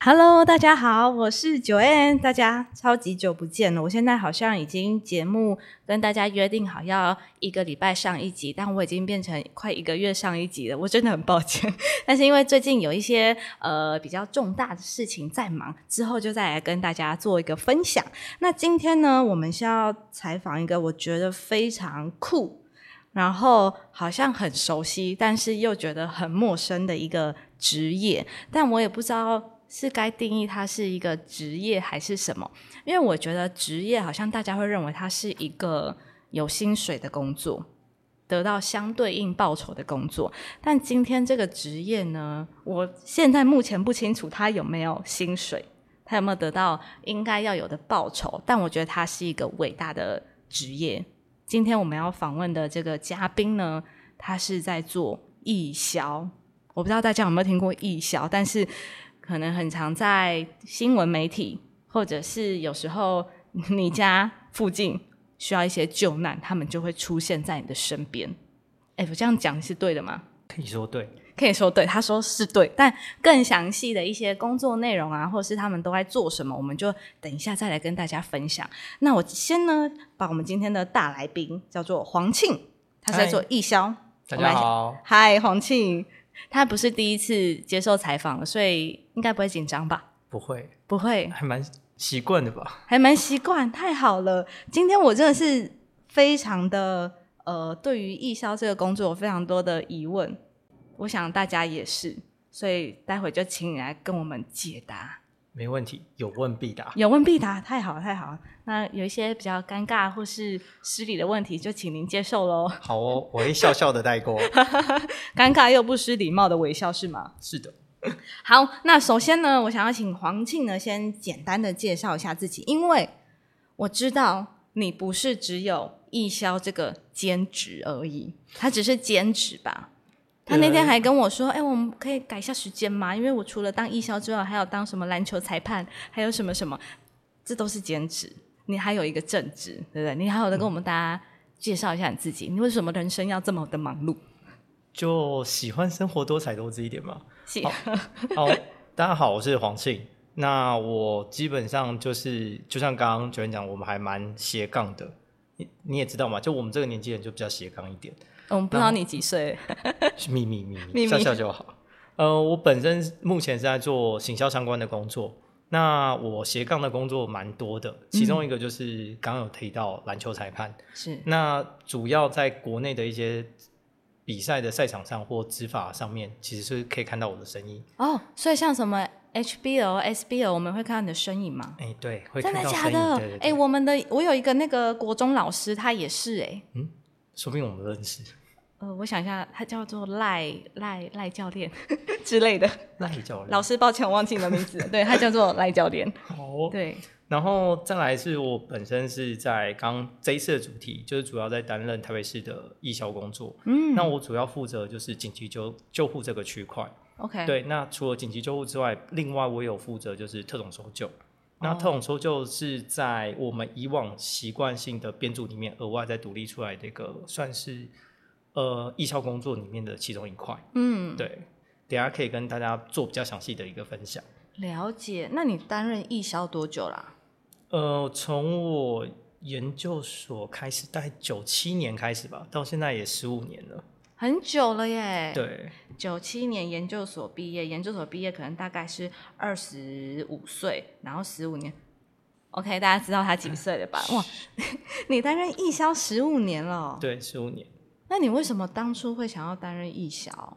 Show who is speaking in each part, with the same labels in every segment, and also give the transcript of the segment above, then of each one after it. Speaker 1: Hello，大家好，我是九 N，大家超级久不见了。我现在好像已经节目跟大家约定好要一个礼拜上一集，但我已经变成快一个月上一集了，我真的很抱歉。 但是因为最近有一些呃比较重大的事情在忙，之后就再来跟大家做一个分享。那今天呢，我们是要采访一个我觉得非常酷，然后好像很熟悉，但是又觉得很陌生的一个职业，但我也不知道是该定义它是一个职业还是什么，因为我觉得职业好像大家会认为它是一个有薪水的工作，得到相对应报酬的工作，但今天这个职业呢，我现在目前不清楚它有没有薪水，它有没有得到应该要有的报酬，但我觉得它是一个伟大的职业。今天我们要访问的这个嘉宾呢，他是在做义销。我不知道大家有没有听过义销，但是可能很常在新闻媒体，或者是有时候你家附近需要一些救难，他们就会出现在你的身边。哎，我这样讲是对的吗？
Speaker 2: 可以说对，
Speaker 1: 可以说对，他说是对，但更详细的一些工作内容啊，或是他们都在做什么，我们就等一下再来跟大家分享。那我先呢，把我们今天的大来宾叫做黄庆，他是在做义销。
Speaker 2: 大家好，
Speaker 1: 嗨，黄庆，他不是第一次接受采访了，所以应该不会紧张吧？
Speaker 2: 不会，
Speaker 1: 不会，
Speaker 2: 还蛮习惯的吧？
Speaker 1: 还蛮习惯，太好了。今天我真的是非常的呃，对于义销这个工作有非常多的疑问，我想大家也是，所以待会就请你来跟我们解答，
Speaker 2: 没问题，有问必答。
Speaker 1: 有问必答，太好了太好了。那有一些比较尴尬或是失礼的问题，就请您接受喽。
Speaker 2: 好哦，我会笑笑的带 过。
Speaker 1: 尴尬又不失礼貌的微笑是吗？
Speaker 2: 是的，
Speaker 1: 好，那首先呢，我想要请黄庆呢先简单的介绍一下自己，因为我知道你不是只有义销这个兼职而已，他只是兼职吧。他那天还跟我说：“哎、我们可以改一下时间吗？因为我除了当义销之外，还有当什么篮球裁判，还有什么什么，这都是兼职。你还有一个正职，对不对？你还有的跟我们大家介绍一下你自己，你为什么人生要这么的忙碌？
Speaker 2: 就喜欢生活多彩多姿一点嘛。
Speaker 1: 是
Speaker 2: 好 好，大家好，我是黄庆。那我基本上就是，就像刚刚主任讲，我们还蛮斜杠的。你你也知道嘛，就我们这个年纪人就比较斜杠一点，
Speaker 1: 我们不知道你几岁，
Speaker 2: 是秘密秘
Speaker 1: 秘密
Speaker 2: 密，笑笑就好。呃，我本身目前是在做行销相关的工作。那我斜杠的工作蛮多的，其中一个就是刚刚有提到篮球裁判，
Speaker 1: 是
Speaker 2: 那主要在国内的一些比赛的赛场上或执法上面，其实是可以看到我的身影。
Speaker 1: 哦，所以像什么 HBO、SBO，我们会看到你的身影吗？
Speaker 2: 哎、对，会
Speaker 1: 真
Speaker 2: 看
Speaker 1: 的
Speaker 2: 到
Speaker 1: 假
Speaker 2: 身
Speaker 1: 的
Speaker 2: 影。对对？
Speaker 1: 哎、
Speaker 2: 对
Speaker 1: 我们的我有一个那个国中老师，他也是哎、
Speaker 2: 说不定我们认识
Speaker 1: 呃，我想一下，他叫做赖赖赖教练 之类的
Speaker 2: 赖教练。
Speaker 1: 老师，抱歉，我忘记你的名字 了。对他叫做赖教练。
Speaker 2: 好哦
Speaker 1: 对，
Speaker 2: 然后再来是我本身是在刚这一次的主题，就是主要在担任台北市的义消工作。
Speaker 1: 嗯
Speaker 2: 那我主要负责就是紧急救救护这个区块。
Speaker 1: ，OK，，
Speaker 2: 对，那除了紧急救护之外，另外我有负责就是特种搜救。
Speaker 1: 哦
Speaker 2: 那特种搜救是在我们以往习惯性的编组里面额外再独立出来的一个，算是呃义消工作里面的其中一块。
Speaker 1: 嗯，
Speaker 2: 对，等一下可以跟大家做比较详细的一个分享。
Speaker 1: 了解。那你担任义销多久啦？
Speaker 2: 呃，从我研究所开始，大概九七年开始吧，到现在也十五年了。
Speaker 1: 很久了耶。，
Speaker 2: 对，
Speaker 1: 九七年研究所毕业，研究所毕业可能大概是二十五岁，然后十五年。OK，大家知道他几岁了吧？哇， 你担任义销十五年了哦。
Speaker 2: 对，十五年。
Speaker 1: 那你为什么当初会想要担任义销？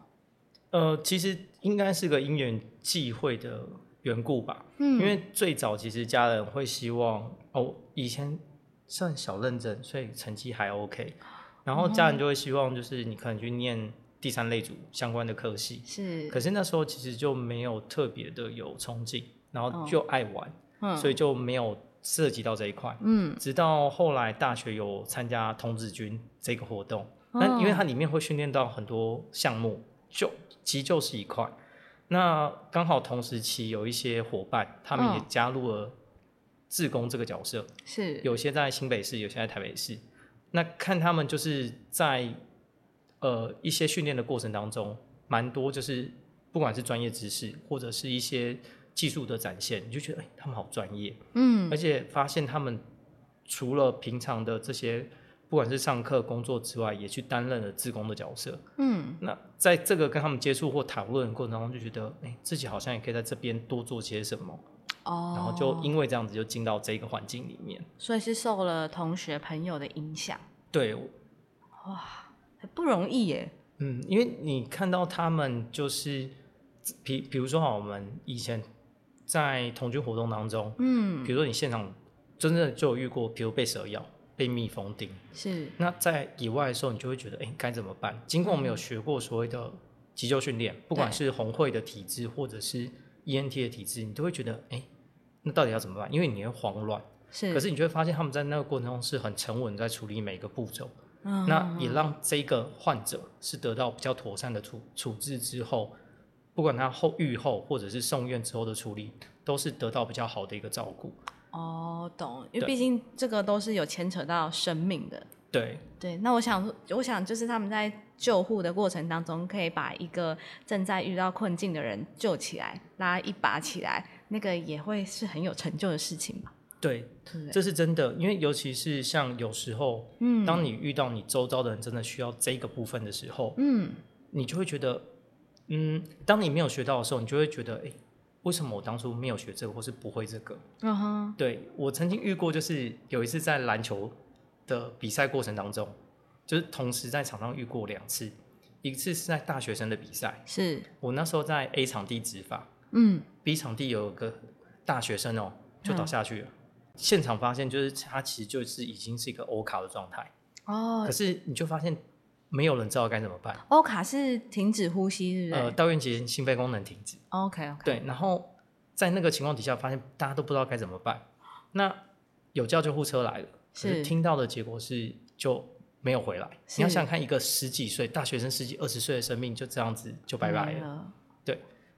Speaker 2: 呃，其实应该是个因缘际会的缘故吧。
Speaker 1: 嗯
Speaker 2: 因为最早其实家人会希望哦，以前算小认真，所以成绩还 OK，然
Speaker 1: 哦
Speaker 2: 后家人就会希望就是你可能去念第三类组相关的科系，
Speaker 1: 是，
Speaker 2: 可是那时候其实就没有特别的有冲劲，然后
Speaker 1: 哦
Speaker 2: 就爱玩，
Speaker 1: 嗯
Speaker 2: 所以就没有涉及到这一块。
Speaker 1: 嗯
Speaker 2: 直到后来大学有参加童子军这个活动，那因为
Speaker 1: 哦
Speaker 2: 它里面会训练到很多项目，就急救是一块。那刚好同时期有一些伙伴，他们也
Speaker 1: 嗯
Speaker 2: 加入了志工这个角色，
Speaker 1: 是
Speaker 2: 有些在新北市，有些在台北市。那看他们就是在呃一些训练的过程当中，蛮多就是不管是专业知识或者是一些技术的展现，你就觉得哎、他们好专业，
Speaker 1: 嗯
Speaker 2: 而且发现他们除了平常的这些不管是上课、工作之外，也去担任了志工的角色。
Speaker 1: 嗯
Speaker 2: 那在这个跟他们接触或讨论的过程当中，就觉得哎、自己好像也可以在这边多做些什么，
Speaker 1: 哦，
Speaker 2: 然后就因为这样子就进到这个环境里面。
Speaker 1: 所以是受了同学朋友的影响，
Speaker 2: 对，
Speaker 1: 很不容易耶。
Speaker 2: 嗯，因为你看到他们就是，比比如说好，我们以前在童军活动当中，
Speaker 1: 嗯
Speaker 2: 比，如说你现场真正就有遇过，比如被蛇咬、被蜜蜂叮，
Speaker 1: 是
Speaker 2: 那在野外的时候，你就会觉得，哎、该怎么办？尽管我们有
Speaker 1: 嗯
Speaker 2: 学过所谓的急救训练，不管
Speaker 1: 对
Speaker 2: 是红会的体制或者是 ENT 的体制，你都会觉得，哎、那到底要怎么办？因为你会慌乱，
Speaker 1: 是，
Speaker 2: 可是你就会发现他们在那个过程中是很沉稳，在处理每个步骤。
Speaker 1: 嗯
Speaker 2: 那也让这个患者是得到比较妥善的处处置之后，不管他后愈后或者是送院之后的处理，都是得到比较好的一个照顾。
Speaker 1: 哦懂，因为
Speaker 2: 对
Speaker 1: 毕竟这个都是有牵扯到生命的。
Speaker 2: 对，
Speaker 1: 对，那我想，我想就是他们在救护的过程当中，可以把一个正在遇到困境的人救起来，拉一把起来，那个也会是很有成就的事情吧？
Speaker 2: 对，
Speaker 1: 对不对？
Speaker 2: 这是真的，因为尤其是像有时候，
Speaker 1: 嗯
Speaker 2: 当你遇到你周遭的人真的需要这个部分的时候，
Speaker 1: 嗯，
Speaker 2: 你就会觉得，嗯，当你没有学到的时候，你就会觉得，哎、为什么我当初没有学这个，或是不会这个？
Speaker 1: 嗯哼，
Speaker 2: 对我曾经遇过，就是有一次在篮球的比赛过程当中，就是同时在场上遇过两次，一次是在大学生的比赛，
Speaker 1: 是，
Speaker 2: 我那时候在 A 场地执法
Speaker 1: 嗯，
Speaker 2: ，B 场地有个大学生哦就倒
Speaker 1: 嗯
Speaker 2: 下去了，现场发现就是他其实就是已经是一个欧卡的状态，
Speaker 1: 哦
Speaker 2: 可，是你就发现没有人知道该怎么办，
Speaker 1: 欧卡是停止呼吸，对不哦对、
Speaker 2: 呃，到院前心肺功能停止。
Speaker 1: o k OK，
Speaker 2: 对，然后在那个情况底下，发现大家都不知道该怎么办。那有叫救护车来了，可
Speaker 1: 是
Speaker 2: 是听到的结果是就没有回来。
Speaker 1: 是
Speaker 2: 你要想想看，一个十几岁大学生、十几、二十岁的生命就这样子就拜拜
Speaker 1: 没
Speaker 2: 了。
Speaker 1: 了，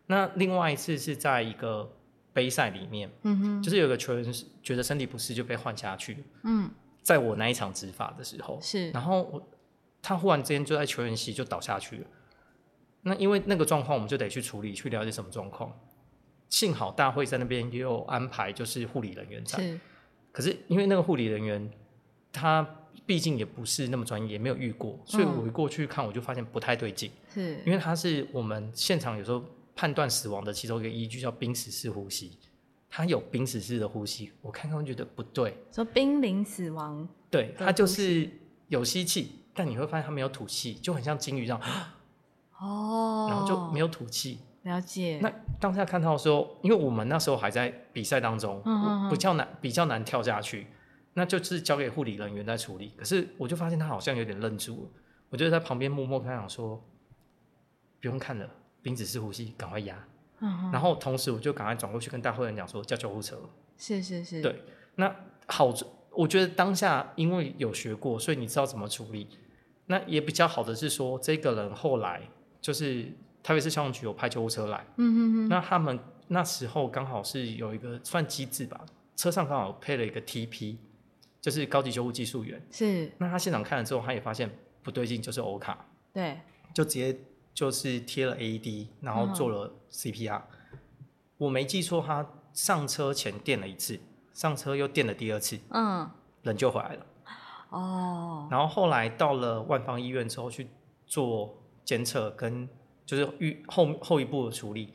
Speaker 2: 那另外一次是在一个杯赛里面，
Speaker 1: 嗯哼，
Speaker 2: 就是有个球员是觉得身体不适就被换下去，
Speaker 1: 嗯，
Speaker 2: 在我那一场执法的时候，
Speaker 1: 是，
Speaker 2: 然后我他忽然之间就在球员席就倒下去了。那因为那个状况，我们就得去处理，去了解什么状况。幸好大会在那边也有安排，就是护理人员在。
Speaker 1: 是，
Speaker 2: 可是因为那个护理人员他毕竟也不是那么专业，也没有遇过，所以
Speaker 1: 嗯
Speaker 2: 我一过去看，我就发现不太对劲。
Speaker 1: 是，
Speaker 2: 因为他是我们现场有时候判断死亡的其中一个依据，叫濒死式呼吸。他有濒死式的呼吸，我看看觉得不对，
Speaker 1: 说濒临死亡，
Speaker 2: 对，
Speaker 1: 的
Speaker 2: 它就
Speaker 1: 呼吸
Speaker 2: 是有吸气，但你会发现它没有吐气，就很像鲸鱼这样，
Speaker 1: 哦，
Speaker 2: 然后就没有吐气。
Speaker 1: 了解，
Speaker 2: 那当下看到的时候，因为我们那时候还在比赛当中，
Speaker 1: 嗯嗯嗯
Speaker 2: 比较难比较难跳下去，那就是交给护理人员在处理。可是我就发现他好像有点愣住了，我就在旁边默默跟他讲说，不用看了，冰子式呼吸，赶快压。
Speaker 1: 嗯哼，
Speaker 2: 然后同时我就赶快转过去跟大会人讲说叫救护车。
Speaker 1: 是是是，
Speaker 2: 对那好处，我觉得当下因为有学过，所以你知道怎么处理。那也比较好的是说，这个人后来就是台北市消防局有派救护车来，
Speaker 1: 嗯哼哼，
Speaker 2: 那他们那时候刚好是有一个算机制吧，车上刚好配了一个 TP，就是高级救护技术员。
Speaker 1: 是，
Speaker 2: 那他现场看了之后，他也发现不对劲，就是欧卡，
Speaker 1: 对，
Speaker 2: 就直接就是贴了 AED，然后做了 CPR。我没记错，他上车前电了一次，上车又电了第二次，
Speaker 1: 嗯，
Speaker 2: 人就回来了。
Speaker 1: 哦，
Speaker 2: 然后后来到了万方医院之后去做监测跟就是预后后一步的处理，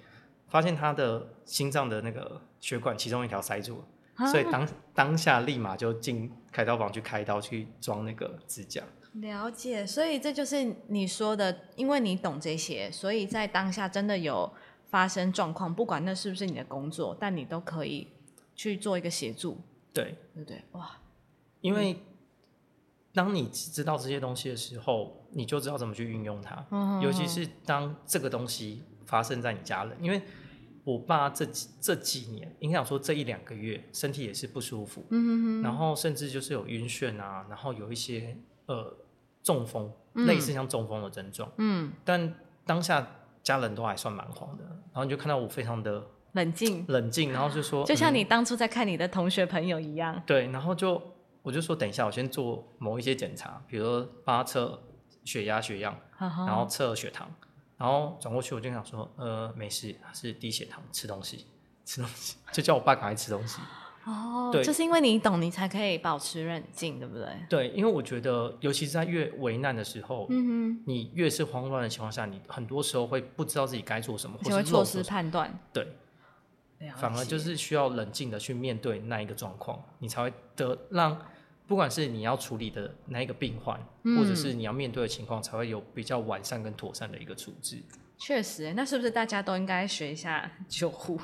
Speaker 2: 发现他的心脏的那个血管其中一条塞住了，
Speaker 1: 啊
Speaker 2: 所以当当下立马就进开刀房去开刀去装那个支架。
Speaker 1: 了解，所以这就是你说的，因为你懂这些，所以在当下真的有发生状况，不管那是不是你的工作，但你都可以去做一个协助，
Speaker 2: 对，
Speaker 1: 对不对？哇，
Speaker 2: 因
Speaker 1: 嗯
Speaker 2: 为当你知道这些东西的时候，你就知道怎么去运用它。
Speaker 1: 嗯
Speaker 2: 尤其是当这个东西发生在你家人，因为我爸这几这几年，应该讲说这一两个月，身体也是不舒服，
Speaker 1: 嗯哼哼，
Speaker 2: 然后甚至就是有晕眩啊，然后有一些呃中风，
Speaker 1: 嗯
Speaker 2: 类似像中风的症状，
Speaker 1: 嗯，
Speaker 2: 但当下家人都还算蛮慌的，然后你就看到我非常的
Speaker 1: 冷静，
Speaker 2: 冷静，然后就说，
Speaker 1: 就像
Speaker 2: 嗯
Speaker 1: 你当初在看你的同学朋友一样。
Speaker 2: 对，然后就我就说等一下，我先做某一些检查，比如说帮他测血压、血样，
Speaker 1: 然
Speaker 2: 然后测血糖，然后转过去我就想说，呃，没事，他是低血糖，吃东西，吃东西，就叫我爸赶快吃东西。
Speaker 1: 哦，
Speaker 2: 对
Speaker 1: 就是因为你懂，你才可以保持冷静，对不对？
Speaker 2: 对，因为我觉得，尤其是在越危难的时候，
Speaker 1: 嗯
Speaker 2: 你越是慌乱的情况下，你很多时候会不知道自己该做什么，
Speaker 1: 哼，
Speaker 2: 或
Speaker 1: 就会
Speaker 2: 是
Speaker 1: 错
Speaker 2: 错
Speaker 1: 失
Speaker 2: 失，
Speaker 1: 判断，
Speaker 2: 对，反而就
Speaker 1: 了解
Speaker 2: 是需要冷静的去面对那一个状况，你才会得让，不管是你要处理的那一个病患，或者
Speaker 1: 嗯
Speaker 2: 是你要面对的情况，才会有比较完善跟妥善的一个处置。
Speaker 1: 确实，那是不是大家都应该学一下救护？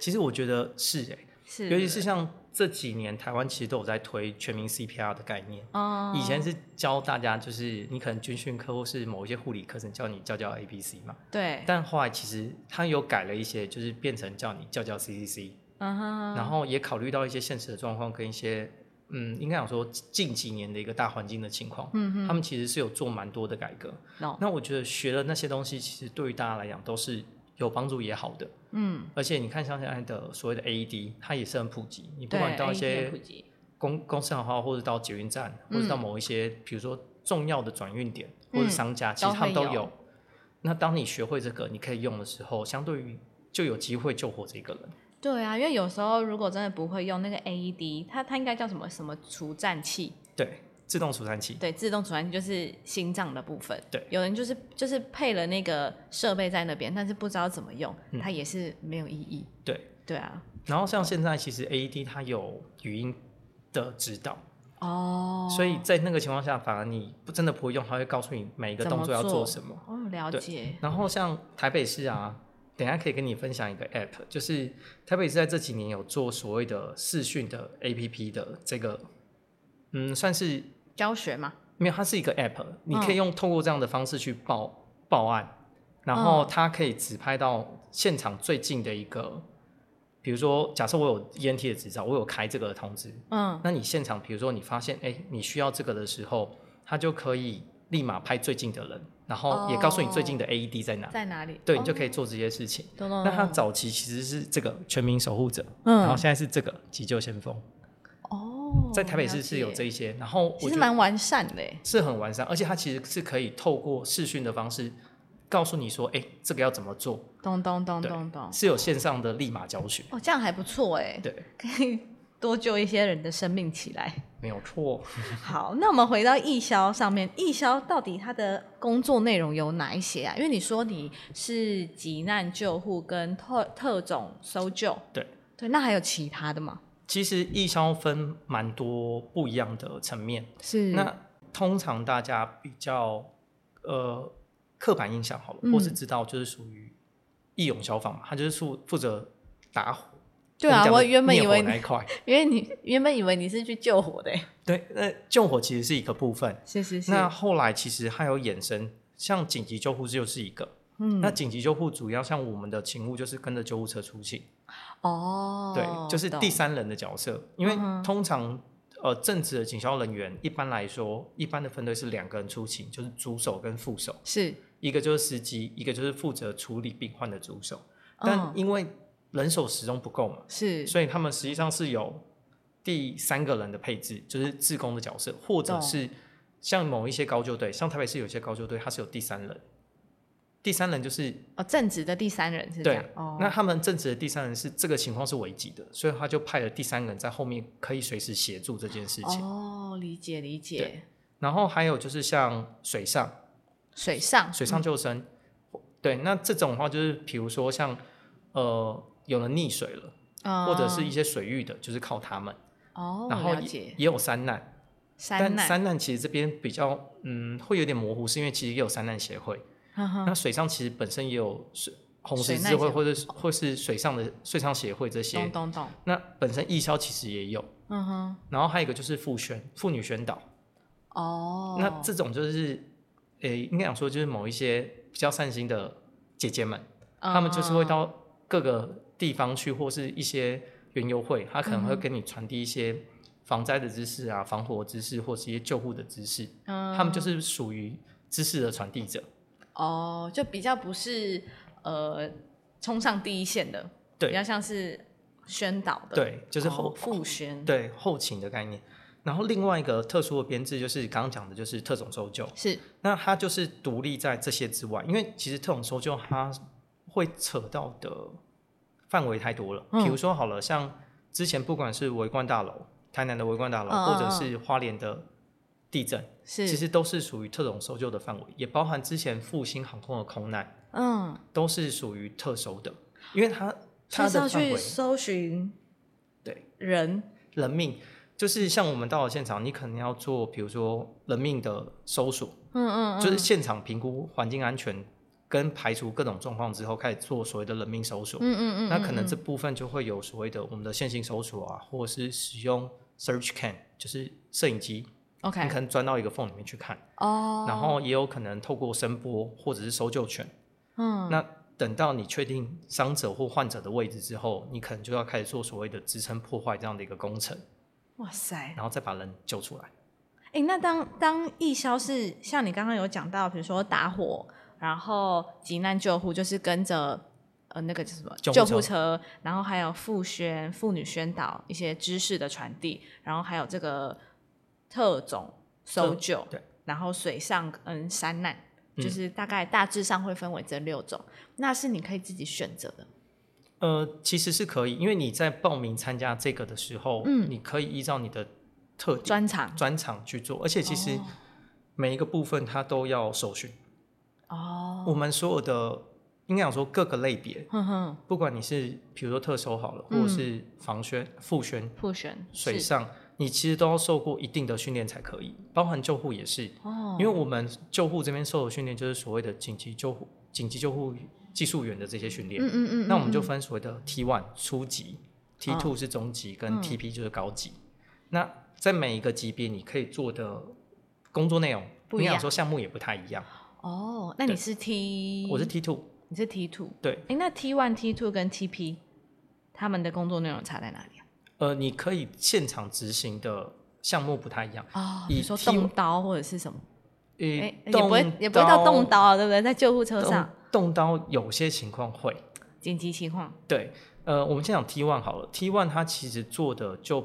Speaker 2: 其实我觉得是诶、
Speaker 1: 是，
Speaker 2: 尤其是像这几年台湾其实都有在推全民 CPR 的概念。
Speaker 1: 哦，
Speaker 2: 以前是教大家，就是你可能军训课或是某一些护理课程教你叫叫 A B C 嘛，
Speaker 1: 对，
Speaker 2: 但后来其实它有改了一些，就是变成叫你叫叫 C C C，
Speaker 1: 嗯哼，
Speaker 2: 然后也考虑到一些现实的状况跟一些，嗯，应该讲说近几年的一个大环境的情况，
Speaker 1: 嗯哼，
Speaker 2: 他们其实是有做蛮多的改革。
Speaker 1: 懂
Speaker 2: 那我觉得学了那些东西，其实对于大家来讲都是有帮助也好的。
Speaker 1: 嗯，
Speaker 2: 而且你看，像现在的所谓的 AED，它也是很普及。你不
Speaker 1: 对，
Speaker 2: 管到一
Speaker 1: AED
Speaker 2: 些
Speaker 1: 普及
Speaker 2: 公公司行号，或者到捷运站，或者到某一些，比如说重要的转运点或者
Speaker 1: 嗯
Speaker 2: 商家，其
Speaker 1: 都
Speaker 2: 实他们
Speaker 1: 会
Speaker 2: 都
Speaker 1: 有
Speaker 2: 有。那当你学会这个，你可以用的时候，相对于就有机会救活这个人。
Speaker 1: 对啊，因为有时候如果真的不会用那个 AED，它它应该叫什么什么除颤器，
Speaker 2: 对，自动除颤器。
Speaker 1: 对，自动除颤器就是心脏的部分。
Speaker 2: 对
Speaker 1: 有人就是就是配了那个设备在那边，但是不知道怎么用，
Speaker 2: 嗯
Speaker 1: 它也是没有意义。
Speaker 2: 对，
Speaker 1: 对啊，
Speaker 2: 然后像现在其实 AED 它有语音的指导，
Speaker 1: 哦，
Speaker 2: 所以在那个情况下，反而你不真的不会用，它会告诉你每一个
Speaker 1: 怎么
Speaker 2: 动作要
Speaker 1: 做
Speaker 2: 做什么。
Speaker 1: 哦了
Speaker 2: 对
Speaker 1: 解，
Speaker 2: 然后像台北市啊，等一下可以跟你分享一个 app，就是台北市在这几年有做所谓的视讯的 app 的这个，嗯，算是
Speaker 1: 教学嘛，
Speaker 2: 没有，它是一个 app，你
Speaker 1: 嗯
Speaker 2: 可以用透过这样的方式去报报案，然后
Speaker 1: 嗯
Speaker 2: 它可以只拍到现场最近的一个，比如说假设我有 ENT 的执照，我有开这个通知，
Speaker 1: 嗯，
Speaker 2: 那你现场比如说你发现哎你需要这个的时候，它就可以立马拍最近的人，然后也告诉你最近的 AED 在哪，
Speaker 1: 哦在哪里？哦
Speaker 2: 对你就可以做这些事情。
Speaker 1: 懂懂。
Speaker 2: 那它
Speaker 1: 懂
Speaker 2: 早期其实是这个全民守护者，然后
Speaker 1: 嗯
Speaker 2: 现在是这个急救先锋，
Speaker 1: 哦，
Speaker 2: 在台北市
Speaker 1: 了
Speaker 2: 是有
Speaker 1: 解
Speaker 2: 这，一些，然后我
Speaker 1: 其
Speaker 2: 觉
Speaker 1: 实
Speaker 2: 得
Speaker 1: 蛮完善的耶。欸
Speaker 2: 是很完善，而且它其实是可以透过视讯的方式告诉你说，哎、这个要怎么做，
Speaker 1: 咚咚咚
Speaker 2: 对
Speaker 1: 咚咚，
Speaker 2: 是有线上的立马教学，
Speaker 1: 哦，这样还不错哎，
Speaker 2: 对，
Speaker 1: 可以多救一些人的生命起来。
Speaker 2: 没有错。
Speaker 1: 好，那我们回到义消上面，义消到底它的工作内容有哪一些啊？因为你说你是急难救护跟特特种搜救，
Speaker 2: 对
Speaker 1: 对，那还有其他的吗？
Speaker 2: 其实义消分蛮多不一样的层面，
Speaker 1: 是
Speaker 2: 那通常大家比较呃刻板印象好了，
Speaker 1: 嗯
Speaker 2: 或是知道就是属于义勇消防嘛，它就是负负责打火。
Speaker 1: 对啊，
Speaker 2: 们讲的
Speaker 1: 我原本以为你
Speaker 2: 灭火那一，块，
Speaker 1: 因为你原本以为你是去救火的耶，
Speaker 2: 对，那救火其实是一个部分。
Speaker 1: 是是是，
Speaker 2: 那后来其实还有衍生，像紧急救护就是一个。
Speaker 1: 嗯
Speaker 2: 那紧急救护主要像我们的勤务就是跟着救护车出勤，
Speaker 1: 哦，
Speaker 2: 对，就是
Speaker 1: 懂
Speaker 2: 第三人的角色。因为
Speaker 1: 嗯哼
Speaker 2: 通常呃正职的警消人员一般来说，一般的分队是两个人出勤，就是主手跟副手。
Speaker 1: 是
Speaker 2: 一个就是司机，一个就是负责处理病患的助手。但
Speaker 1: 嗯
Speaker 2: 因为人手始终不够嘛，
Speaker 1: 是
Speaker 2: 所以他们实际上是有第三个人的配置，就是志工的角色，或者
Speaker 1: 懂
Speaker 2: 是像某一些高救队，像台北市有些高救队，它是有第三人。第三人就是
Speaker 1: 哦，正直的第三人是这
Speaker 2: 对
Speaker 1: 样，哦，
Speaker 2: 那他们正职的第三人是这个情况是危急的，所以他就派了第三人在后面可以随时协助这件事情。
Speaker 1: 哦，理解理解
Speaker 2: 对，然后还有就是像水上，
Speaker 1: 水上
Speaker 2: 水上救生。
Speaker 1: 嗯
Speaker 2: 对，那这种的话就是，比如说像呃有人溺水了，
Speaker 1: 嗯
Speaker 2: 或者是一些水域的，就是靠他们。
Speaker 1: 哦，
Speaker 2: 然后
Speaker 1: 了
Speaker 2: 也
Speaker 1: 解
Speaker 2: 也有山难，
Speaker 1: 山
Speaker 2: 但
Speaker 1: 难，
Speaker 2: 山难其实这边比较嗯会有点模糊，是因为其实也有山难协会。
Speaker 1: 哈哈
Speaker 2: 那水上其实本身也有水红
Speaker 1: 嗯水
Speaker 2: 十
Speaker 1: 难
Speaker 2: 字会
Speaker 1: 协
Speaker 2: 或者是或是水上的水上协会这些
Speaker 1: 懂。懂懂，
Speaker 2: 那本身义消其实也有，
Speaker 1: 嗯哼，
Speaker 2: 然后还有一个就是妇宣妇女宣导。
Speaker 1: 哦，
Speaker 2: 那这种就是，诶、应该讲说就是某一些比较善心的姐姐们，她们就是会
Speaker 1: 嗯
Speaker 2: 到
Speaker 1: 嗯
Speaker 2: 各个地方去，或是一些园游会，她可能会跟你传递一些防灾的知识啊、防火知识或是一些救护的知识，
Speaker 1: 嗯
Speaker 2: 他们就是属于知识的传递者。
Speaker 1: 哦，就比较不是呃冲上第一线的，
Speaker 2: 对
Speaker 1: 比较像是宣导的，
Speaker 2: 对，就是
Speaker 1: 哦
Speaker 2: 后、
Speaker 1: 复宣，，
Speaker 2: 对后勤的概念。然后另外一个特殊的编制就是刚刚讲的，就是特种搜救。
Speaker 1: 是
Speaker 2: 那它就是独立在这些之外，因为其实特种搜救它会扯到的范围太多了。
Speaker 1: 嗯
Speaker 2: 比如说好了，像之前不管是围观大楼，台南的围观大楼，
Speaker 1: 嗯嗯
Speaker 2: 或者是花莲的地震，
Speaker 1: 是，
Speaker 2: 其实都是属于特种搜救的范围，也包含之前复兴航空的空难，
Speaker 1: 嗯，
Speaker 2: 都是属于特搜的，因为它它
Speaker 1: 就是
Speaker 2: 的
Speaker 1: 要
Speaker 2: 范
Speaker 1: 去
Speaker 2: 围
Speaker 1: 搜寻
Speaker 2: 对
Speaker 1: 人，
Speaker 2: 人命。就是像我们到了现场，你可能要做，比如说人命的搜索，
Speaker 1: 嗯嗯，嗯
Speaker 2: 就是现场评估环境安全跟排除各种状况之后，开始做所谓的人命搜索。
Speaker 1: 嗯嗯嗯，
Speaker 2: 那可能
Speaker 1: 嗯
Speaker 2: 这部分就会有所谓的我们的线性搜索啊，或者是使用 search can，就是摄影机，你可
Speaker 1: OK
Speaker 2: 能钻到一个缝里面去看，
Speaker 1: 哦，
Speaker 2: 然后也有可能透过声波或者是搜救犬。
Speaker 1: 嗯
Speaker 2: 那等到你确定伤者或患者的位置之后，你可能就要开始做所谓的支撑破坏这样的一个工程，
Speaker 1: 哇塞，
Speaker 2: 然后再把人救出来。
Speaker 1: 哎、那当当义消是像你刚刚有讲到，比如说打火，然后急难救护，就是跟着呃那个叫什么
Speaker 2: 救护
Speaker 1: 救
Speaker 2: 车
Speaker 1: 护车，然后还有妇宣、妇女宣导一些知识的传递，然后还有这个特种搜救，
Speaker 2: 对，
Speaker 1: 然后水上嗯山难，
Speaker 2: 嗯
Speaker 1: 就是大概大致上会分为这六种，那是你可以自己选择的。
Speaker 2: 呃，其实是可以，因为你在报名参加这个的时候，
Speaker 1: 嗯
Speaker 2: 你可以依照你的特点
Speaker 1: 专长
Speaker 2: 专长去做，而且其实
Speaker 1: 哦
Speaker 2: 每一个部分它都要受训。
Speaker 1: 哦，
Speaker 2: 我们所有的应该讲说各个类别，
Speaker 1: 哼哼，
Speaker 2: 不管你是比如说特搜好了，或者是防宣、复宣、
Speaker 1: 复选
Speaker 2: 水
Speaker 1: 嗯是
Speaker 2: 上，你其实都要受过一定的训练才可以，包含救护也是，
Speaker 1: 哦
Speaker 2: 因为我们救护这边受的训练就是所谓的紧急救护、紧急救护技术员的这些训练。
Speaker 1: 嗯嗯嗯，
Speaker 2: 那我们就
Speaker 1: 嗯
Speaker 2: 分所谓的 T one 初级，T two 是中级，跟
Speaker 1: 嗯
Speaker 2: TP 就是高级。那在每一个级别，你可以做的工作内容
Speaker 1: 不一样
Speaker 2: 你想说项目也不太一样。
Speaker 1: 哦，那你
Speaker 2: 对
Speaker 1: 是 T，
Speaker 2: 我是 T two，
Speaker 1: 你是 T two，
Speaker 2: 对，
Speaker 1: 哎，那 T one、T two 跟 TP 他们的工作内容差在哪里
Speaker 2: 呃，你可以现场执行的项目不太一样。
Speaker 1: 啊？哦，
Speaker 2: 以
Speaker 1: 你说
Speaker 2: T1
Speaker 1: 动刀或者是什么？
Speaker 2: 诶
Speaker 1: 哎，也不会也不会到动刀啊，对不对？在救护车
Speaker 2: 动
Speaker 1: 上，
Speaker 2: 动刀有些情况会。
Speaker 1: 紧急情况，
Speaker 2: 对，呃，我们先讲 T one 好了，T one 它其实做的就。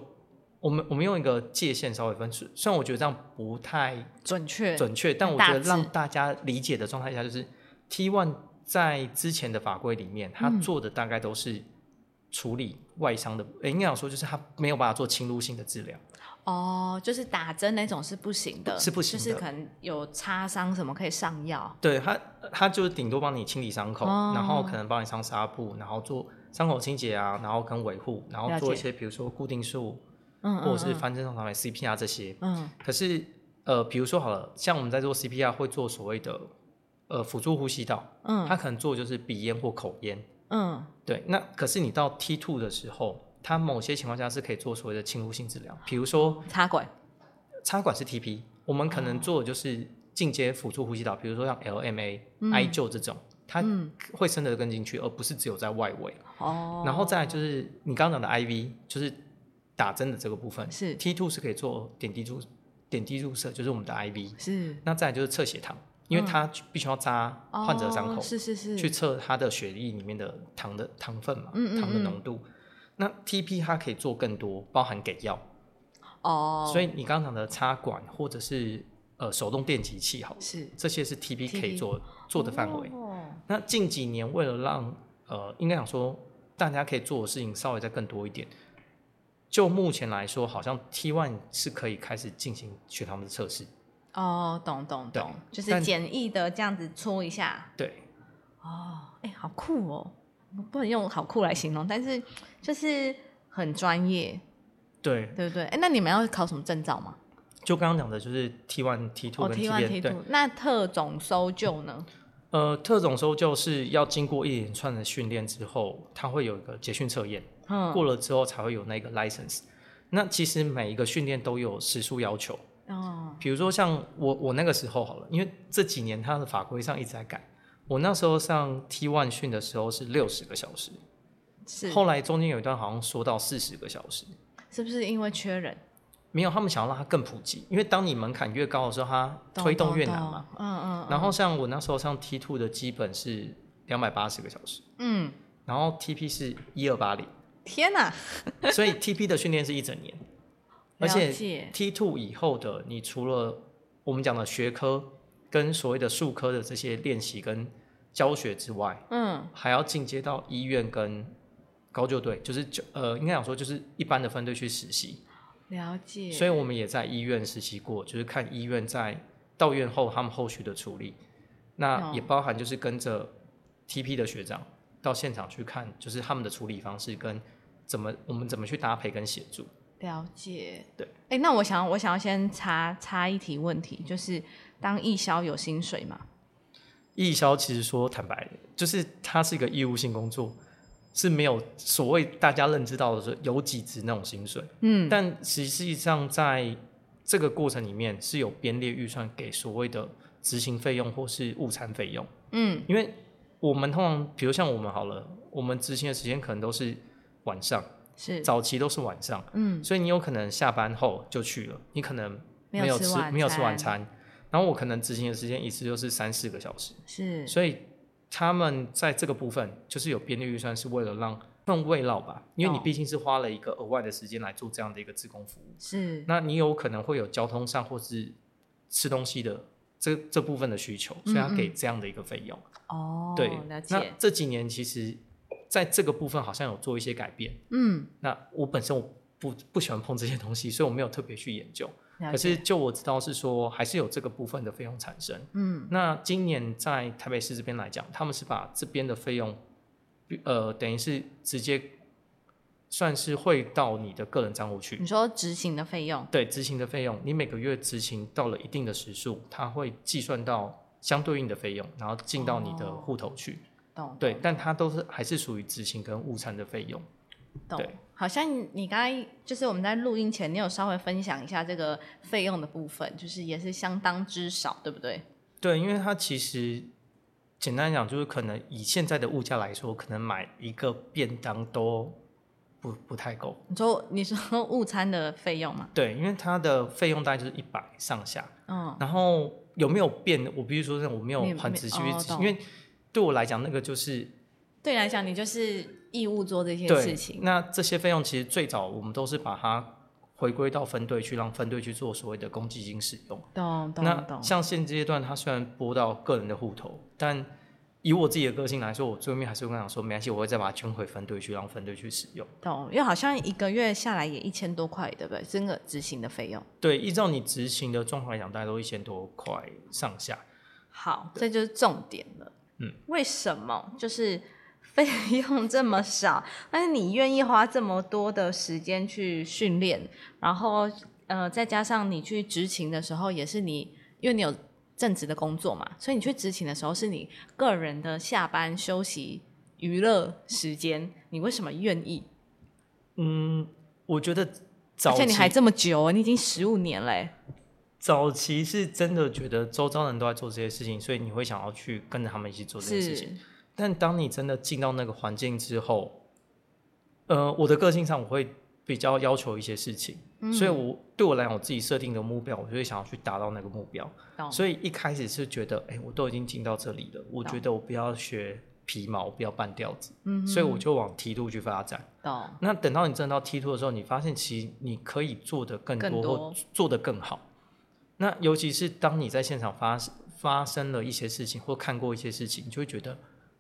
Speaker 2: 我们我们用一个界限稍微分水，虽然我觉得这样不太
Speaker 1: 准确，
Speaker 2: 准确，但我
Speaker 1: 大
Speaker 2: 觉得
Speaker 1: 致
Speaker 2: 让大家理解的状态下，就是 T one 在之前的法规里面，
Speaker 1: 嗯
Speaker 2: 它做的大概都是处理外伤的，诶应该讲说就是它没有办法做侵入性的治疗，
Speaker 1: 哦，就是打针那种是不行的，
Speaker 2: 是不行的
Speaker 1: 就是可能有擦伤什么可以上药，
Speaker 2: 对它它就是顶多帮你清理伤口，
Speaker 1: 哦
Speaker 2: 然后可能帮你上纱布，然后做伤口清洁啊，然后跟维护，然后
Speaker 1: 了
Speaker 2: 做一
Speaker 1: 解
Speaker 2: 些比如说固定术
Speaker 1: 嗯
Speaker 2: 或者
Speaker 1: 嗯
Speaker 2: 是翻身上上面 CPR 这些，
Speaker 1: 嗯，
Speaker 2: 可是呃，比如说好了，像我们在做 CPR 会做所谓的呃辅助呼吸道，
Speaker 1: 嗯
Speaker 2: 它可能做的就是鼻咽或口咽。
Speaker 1: 嗯，
Speaker 2: 对，那可是你到 T two 的时候，它某些情况下是可以做所谓的侵入性治疗，比如说
Speaker 1: 插管，
Speaker 2: 插管是 TP，我们
Speaker 1: 哦
Speaker 2: 可能做的就是进阶辅助呼吸道，比如说像 LMA、I
Speaker 1: 嗯
Speaker 2: 灸这种，它会深的跟进去，而不是只有在外围。
Speaker 1: 哦，
Speaker 2: 然后再来就是你刚刚讲的 IV，就是打针的这个部分，
Speaker 1: 是
Speaker 2: T two 是可以做点滴注点滴注射，就是我们的 IV。
Speaker 1: 是嗯
Speaker 2: 那再来就是测血糖，因为它必须要扎患者的伤
Speaker 1: 哦
Speaker 2: 口，
Speaker 1: 是是是，
Speaker 2: 去测它的血液里面的糖的糖分嘛，
Speaker 1: 嗯嗯
Speaker 2: 糖的浓度。那 TP 它可以做更多，包含给药，
Speaker 1: 哦，
Speaker 2: 所
Speaker 1: 以
Speaker 2: 以你刚刚讲的插管或者是呃手动电极器好了，
Speaker 1: 是
Speaker 2: 这些是 TP 可以
Speaker 1: TP
Speaker 2: 做做的范围。
Speaker 1: 哦
Speaker 2: 那近几年为了让呃，应该讲说大家可以做的事情稍微再更多一点，就目前来说，好像 T one 是可以开始进行血糖的测试，
Speaker 1: 哦，懂懂
Speaker 2: 对
Speaker 1: 懂，就
Speaker 2: 但
Speaker 1: 是简易的这样子搓一下。
Speaker 2: 对，
Speaker 1: 哦，哎、好酷哦！我不能用好酷来形容，但是就是很专业，
Speaker 2: 对，
Speaker 1: 对不对？哎、那你们要考什么证照吗？
Speaker 2: 就刚刚讲的就是 T one、T two
Speaker 1: 哦
Speaker 2: 跟
Speaker 1: T
Speaker 2: T
Speaker 1: one
Speaker 2: 边
Speaker 1: T
Speaker 2: 对
Speaker 1: two，那特种搜救呢？
Speaker 2: 呃，特种搜救是要经过一连串的训练之后，它会有一个捷训测验，
Speaker 1: 嗯，
Speaker 2: 过了之后才会有那个 license。那其实每一个训练都有时数要求，
Speaker 1: 哦，
Speaker 2: 比如说像我我那个时候好了，因为这几年它的法规上一直在改，我那时候上 T one 训的时候是六十个小时，
Speaker 1: 是，
Speaker 2: 后来中间有一段好像说到四十个小时，
Speaker 1: 是不是因为缺人？
Speaker 2: 没有，他们想要让它更普及，因为当你门槛越高的时候，它
Speaker 1: 懂
Speaker 2: 推动
Speaker 1: 懂
Speaker 2: 越难
Speaker 1: 懂
Speaker 2: 嘛。
Speaker 1: 嗯嗯，
Speaker 2: 然后像我那时候上 T two 的基本是两百八十个小时，
Speaker 1: 嗯，
Speaker 2: 然后 TP 是一二八零，
Speaker 1: 天哪，
Speaker 2: 所以 TP 的训练是一整 年，而
Speaker 1: 了
Speaker 2: 且
Speaker 1: 解
Speaker 2: T two 以后的，你除了我们讲的学科跟所谓的术科的这些练习跟教学之外，
Speaker 1: 嗯，
Speaker 2: 还要进阶到医院跟高救队，就是就呃，应该讲说就是一般的分队去实习，
Speaker 1: 了解。
Speaker 2: 所以我们也在医院实习过，就是看医院在到院后他们后续的处理，那
Speaker 1: 哦
Speaker 2: 也包含就是跟着 TP 的学长到现场去看，就是他们的处理方式跟怎么我们怎么去搭配跟协助。
Speaker 1: 了解，
Speaker 2: 对。
Speaker 1: 哎、那我想，我想要先查查一题问题，就是当义消有薪水吗？
Speaker 2: 义消其实说坦白，就是它是一个义务性工作，是没有所谓大家认知到的是有几职那种薪水，
Speaker 1: 嗯，
Speaker 2: 但实际上在这个过程里面是有编列预算给所谓的执行费用或是误餐费用，
Speaker 1: 嗯，
Speaker 2: 因为我们通常比如像我们好了，我们执行的时间可能都是晚上，
Speaker 1: 是，
Speaker 2: 早期都是晚上，
Speaker 1: 嗯，
Speaker 2: 所以你有可能下班后就去了，你可能
Speaker 1: 没
Speaker 2: 没
Speaker 1: 有
Speaker 2: 有
Speaker 1: 吃
Speaker 2: 吃
Speaker 1: 晚
Speaker 2: 没有吃晚
Speaker 1: 餐
Speaker 2: 餐，然后我可能执行的时间一次就是三四个小时。
Speaker 1: 是，
Speaker 2: 所以他们在这个部分就是有编列预算，是为了让更慰劳吧，因为你
Speaker 1: 懂
Speaker 2: 毕竟是花了一个额外的时间来做这样的一个自工服务，
Speaker 1: 是，
Speaker 2: 那你有可能会有交通上或是吃东西的这这部分的需求，所以他
Speaker 1: 嗯嗯
Speaker 2: 给这样的一个费用。
Speaker 1: 哦，
Speaker 2: 对，
Speaker 1: 了
Speaker 2: 那
Speaker 1: 解，
Speaker 2: 这几年其实在这个部分好像有做一些改变。
Speaker 1: 嗯，
Speaker 2: 那我本身我不不喜欢碰这些东西，所以我没有特别去研究。
Speaker 1: 了
Speaker 2: 可是
Speaker 1: 解，
Speaker 2: 就我知道是说，还是有这个部分的费用产生。
Speaker 1: 嗯，
Speaker 2: 那今年在台北市这边来讲，他们是把这边的费用，呃，等于是直接算是汇到你的个人账户去
Speaker 1: 你。说执行的费用，
Speaker 2: 对，执行的费用，你每个月执行到了一定的时数，它会计算到相对应的费用，然后进到你的
Speaker 1: 哦
Speaker 2: 户头去。
Speaker 1: 懂，
Speaker 2: 对，但它都是还是属于执行跟误餐的费用。
Speaker 1: 懂
Speaker 2: 对。
Speaker 1: 好像你刚才就是我们在录音前，你有稍微分享一下这个费用的部分，就是也是相当之少，对不对？
Speaker 2: 对，因为它其实简单讲，就是可能以现在的物价来说，可能买一个便当都不不太够。
Speaker 1: 你说你说 误餐的费用嘛，
Speaker 2: 对，因为它的费用大概就是一百上下，
Speaker 1: 嗯，
Speaker 2: 然后有没有变？我必须说真的，我没有
Speaker 1: 你
Speaker 2: 很
Speaker 1: 没
Speaker 2: 仔细去
Speaker 1: 哦
Speaker 2: 仔细，
Speaker 1: 懂
Speaker 2: 因为对我来讲，那个就是
Speaker 1: 对你来讲，你就是义务做这些事
Speaker 2: 对。
Speaker 1: 情，
Speaker 2: 那这些费用其实最早我们都是把它回归到分队去，让分队去做所谓的公积金使用。
Speaker 1: 懂懂
Speaker 2: 那
Speaker 1: 懂，
Speaker 2: 像现阶段，它虽然拨到个人的户头，但以我自己的个性来说，我最后面还是会跟他讲说，没关系，我会再把它捐回分队去，让分队去使用。
Speaker 1: 懂，因为好像一个月下来也一千多块，对不对？整个执行的费用。
Speaker 2: 对，依照你执行的状况来讲，大概都一千多块上下。
Speaker 1: 好，这就是重点了。
Speaker 2: 嗯，
Speaker 1: 为什么就是费用这么少， 但是你愿意花这么多的时间去训练，然后呃，再加上你去执勤的时候，也是你因为你有正职的工作嘛，所以你去执勤的时候是你个人的下班休息娱乐时间，你为什么愿意？
Speaker 2: 嗯，我觉得
Speaker 1: 而
Speaker 2: 早
Speaker 1: 且
Speaker 2: 期
Speaker 1: 你还这么久哦，你已经十五年嘞、
Speaker 2: 早期是真的觉得周遭人都在做这些事情，所以你会想要去跟着他们一起做这些事
Speaker 1: 是
Speaker 2: 情。但当你真的进到那个环境之后，呃，我的个性上我会比较要求一些事情，
Speaker 1: 嗯
Speaker 2: 所以我对我来讲，我自己设定的目标，我就会想要去达到那个目标。
Speaker 1: 懂
Speaker 2: 所以一开始是觉得，哎、我都已经进到这里了，我
Speaker 1: 懂
Speaker 2: 觉得我不要学皮毛，我不要半吊子，
Speaker 1: 嗯哼
Speaker 2: 所以我就往梯度去发展。
Speaker 1: 懂
Speaker 2: 那等到你真的到 T two 的时候，你发现其实你可以做的更多，
Speaker 1: 更多
Speaker 2: 或做的更好。那尤其是当你在现场发发生了一些事情，或看过一些事情，你就会觉得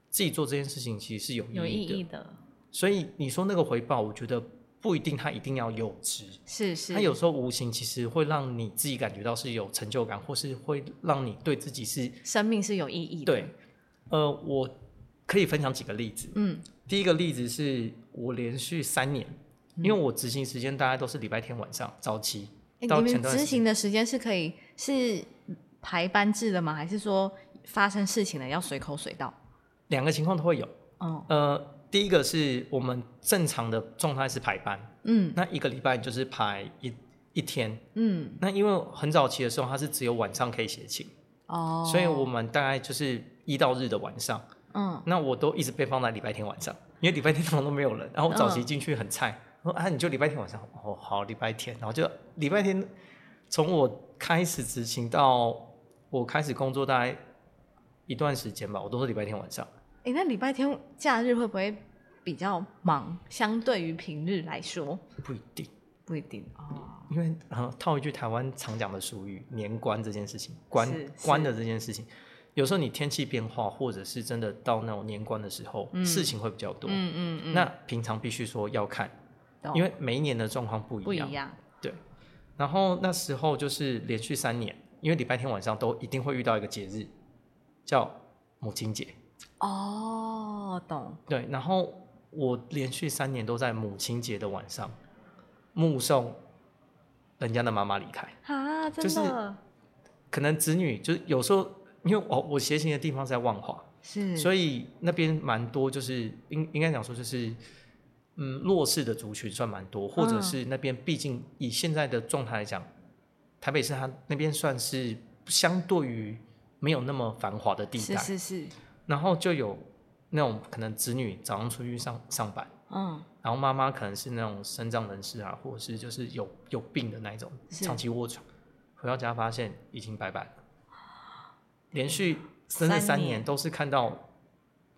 Speaker 2: 自己做这件事情其实是有
Speaker 1: 有意
Speaker 2: 意义的。
Speaker 1: 义的，
Speaker 2: 所以你说那个回报，我觉得不一定它一定要有值，
Speaker 1: 是是，
Speaker 2: 它有时候无形其实会让你自己感觉到是有成就感，或是会让你对自己是
Speaker 1: 生命是有意义的，
Speaker 2: 对。呃，我可以分享几个例子。
Speaker 1: 嗯，
Speaker 2: 第一个例子是我连续三年，
Speaker 1: 嗯
Speaker 2: 因为我执行时间大概都是礼拜天晚上早期
Speaker 1: 诶
Speaker 2: 到
Speaker 1: 你
Speaker 2: 前
Speaker 1: 们
Speaker 2: 段时
Speaker 1: 执行
Speaker 2: 间。
Speaker 1: 的时间是可以是排班制的吗？还是说发生事情了要随口随到？
Speaker 2: 两个情况都会有。
Speaker 1: 哦，
Speaker 2: 呃，第一个是我们正常的状态是排班，
Speaker 1: 嗯
Speaker 2: 那一个礼拜就是排一一天。
Speaker 1: 嗯，
Speaker 2: 那因为很早期的时候，它是只有晚上可以写请，
Speaker 1: 哦，
Speaker 2: 所以我们大概就是一到日的晚上，
Speaker 1: 嗯
Speaker 2: 那我都一直被放在礼拜天晚上，因为礼拜天通常都没有人，然后我早期
Speaker 1: 嗯
Speaker 2: 进去很菜，我说啊，你就礼拜天晚上，哦，好，礼拜天，然后就礼拜天，从我开始执行到我开始工作大概一段时间吧，我都是礼拜天晚上。
Speaker 1: 诶，那礼拜天假日会不会比较忙？相对于平日来说，
Speaker 2: 不一定，
Speaker 1: 不一定哦。
Speaker 2: 因为呃，套一句台湾常讲的俗语，年关这件事情，关
Speaker 1: 是是
Speaker 2: 关的这件事情，有时候你天气变化，或者是真的到那种年关的时候，
Speaker 1: 嗯
Speaker 2: 事情会比较多。
Speaker 1: 嗯嗯嗯，
Speaker 2: 那平常必须说要看，
Speaker 1: 懂
Speaker 2: 因为每一年的状况不一
Speaker 1: 不
Speaker 2: 样
Speaker 1: 一。样，
Speaker 2: 然后那时候就是连续三年，因为礼拜天晚上都一定会遇到一个节日，叫母亲节。
Speaker 1: 哦，懂，
Speaker 2: 对，然后我连续三年都在母亲节的晚上目送人家的妈妈离开。
Speaker 1: 啊，真
Speaker 2: 就是
Speaker 1: 的
Speaker 2: 可能子女就是有时候，因为我我斜行的地方是在万华，
Speaker 1: 是，
Speaker 2: 所
Speaker 1: 以
Speaker 2: 以那边蛮多，就是应应该讲说就是。嗯，弱势的族群算蛮多，或者
Speaker 1: 嗯
Speaker 2: 是那边毕竟以现在的状态来讲，台北市它那边算是相对于没有那么繁华的地带，
Speaker 1: 是是是，
Speaker 2: 然后就有那种可能子女早上出去上上班，
Speaker 1: 嗯，
Speaker 2: 然后妈妈可能是那种身障人士啊，或者是就是有有病的那一种，
Speaker 1: 是
Speaker 2: 长期卧床，回到家发现已经拜拜了。连续甚至
Speaker 1: 啊三
Speaker 2: 三
Speaker 1: 年
Speaker 2: 年都是看到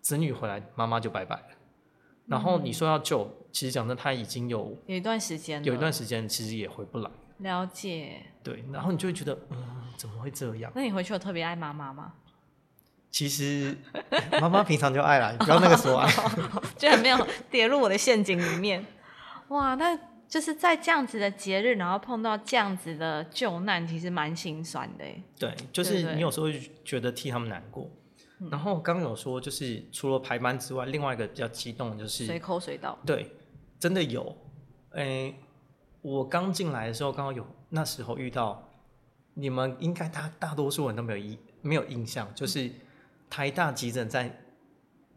Speaker 2: 子女回来，妈妈就拜拜了。然后你说要救，其实讲真，他已经有
Speaker 1: 有一段时间了，
Speaker 2: 有一段时间其实也回不来，
Speaker 1: 了解。
Speaker 2: 对。然后你就会觉得，嗯，怎么会这样？
Speaker 1: 那你回去有特别爱妈妈吗？
Speaker 2: 其实妈妈平常就爱啦，不要那个时啊候爱。
Speaker 1: 居然没有跌入我的陷阱里面。 哇，那就是在这样子的节日，然后碰到这样子的救难，其实蛮心酸的欸耶。
Speaker 2: 对，就
Speaker 1: 对
Speaker 2: 是
Speaker 1: 对嗯
Speaker 2: 你有时候会觉得替他们难过。然后刚刚有说，就是除了排班之外，另外一个比较激动的就
Speaker 1: 随
Speaker 2: 是，
Speaker 1: 口随到，
Speaker 2: 对，真的有，诶，我刚进来的时候，刚好有那时候遇到，你们应该大大多数人都没有印没有印
Speaker 1: 嗯
Speaker 2: 象，就是台大急诊在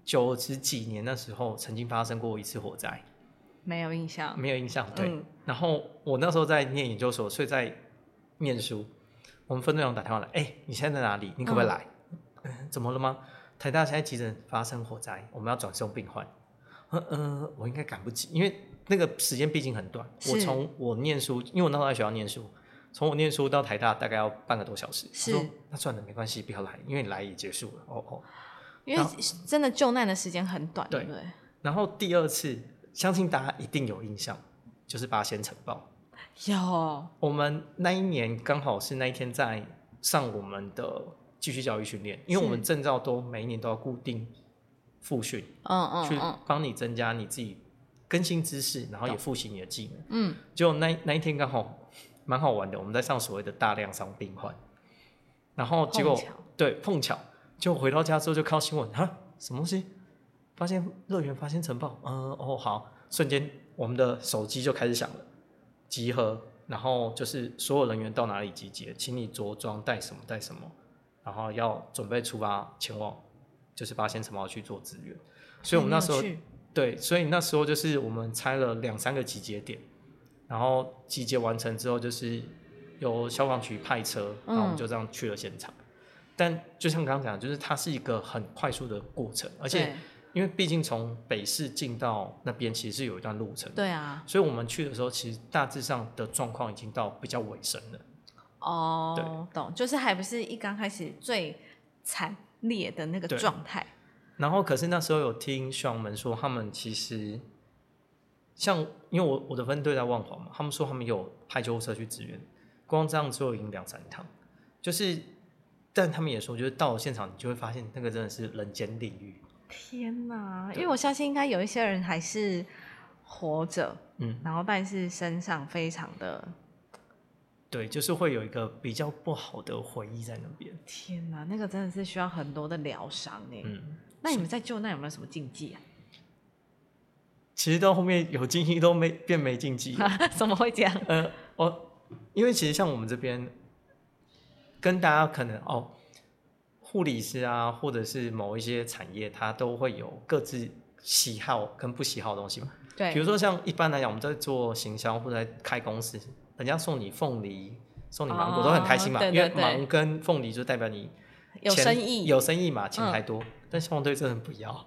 Speaker 2: 九十几年那时候曾经发生过一次火灾，
Speaker 1: 没有印象。
Speaker 2: 没有印象，对。
Speaker 1: 嗯
Speaker 2: 然后我那时候在念研究所，所以在念书。我们分队长打电话来，哎、你现在在哪里？你可不可以来？嗯怎么了吗？台大现在急诊发生火灾，我们要转送病患。嗯、呃，我应该赶不及，因为那个时间毕竟很短。我
Speaker 1: 是
Speaker 2: 从我念书，因为我那时候在学校念书，从我念书到台大大概要半个多小时。
Speaker 1: 是
Speaker 2: 我说那算了，没关系，不要来，因为你来也结束了。哦哦。
Speaker 1: 因为真的救难的时间很短，对
Speaker 2: 对
Speaker 1: 不对？
Speaker 2: 然后第二次，相信大家一定有印象，就是八仙城爆。
Speaker 1: 有
Speaker 2: 我们那一年刚好是那一天在上我们的继续教育训练，因为我们证照都每一年都要固定复训，
Speaker 1: 嗯嗯
Speaker 2: 去
Speaker 1: 嗯
Speaker 2: 帮你增加你自己更新知识，然后也复习你的技能。
Speaker 1: 嗯，
Speaker 2: 就那那一天刚好蛮好玩的，我们在上所谓的大量伤病患，然后结果
Speaker 1: 碰巧
Speaker 2: 对碰巧，就回到家之后就看到新闻啊，什么东西？发现乐园发现晨报，嗯、哦好，瞬间我们的手机就开始响了，集合，然后就是所有人员到哪里集结，请你着装带什么带什么，然后要准备出发前往，就是八仙城堡去做支援。所以我们那时候
Speaker 1: 你有去
Speaker 2: 对，所以那时候就是我们拆了两三个集结点，然后集结完成之后，就是由消防局派车，然后我
Speaker 1: 嗯
Speaker 2: 们就这样去了现场。但就像刚刚讲的，就是它是一个很快速的过程，而且
Speaker 1: 对
Speaker 2: 因为毕竟从北市进到那边其实是有一段路程，
Speaker 1: 对啊，
Speaker 2: 所以我们去的时候，其实大致上的状况已经到比较尾声了。
Speaker 1: 哦，懂，就是还不是一刚开始最惨烈的那个
Speaker 2: 对
Speaker 1: 状态，
Speaker 2: 然后可是那时候有听学长们说，他们其实像因为我我的分队在万华嘛，他们说他们有派救护车去支援，光这样就已经两三趟，就是，但他们也说，就是到了现场，你就会发现那个真的是人间地狱，
Speaker 1: 天哪！因
Speaker 2: 对
Speaker 1: 为我相信应该有一些人还是活着，
Speaker 2: 嗯，
Speaker 1: 然后但是身上非常的
Speaker 2: 对，就是会有一个比较不好的回忆在那边，
Speaker 1: 天哪，那个真的是需要很多的疗伤哎。
Speaker 2: 嗯。
Speaker 1: 那你们在救难有没有什么禁忌啊？
Speaker 2: 其实到后面有禁忌都没变没禁忌了，
Speaker 1: 怎么会这样？
Speaker 2: 呃，我因为其实像我们这边，跟大家可能哦，护理师啊，或者是某一些产业，它都会有各自喜好跟不喜好的东西嘛。比
Speaker 1: 对
Speaker 2: 如说像一般来讲，我们在做行销或者在开公司，人家送你凤梨、送你芒果、
Speaker 1: 哦
Speaker 2: 都很开心嘛，
Speaker 1: 对对
Speaker 2: 因为
Speaker 1: 对
Speaker 2: 芒跟凤梨就代表你
Speaker 1: 有
Speaker 2: 钱
Speaker 1: 生意
Speaker 2: 有生意嘛，钱
Speaker 1: 嗯
Speaker 2: 还多。但消防队真的不要，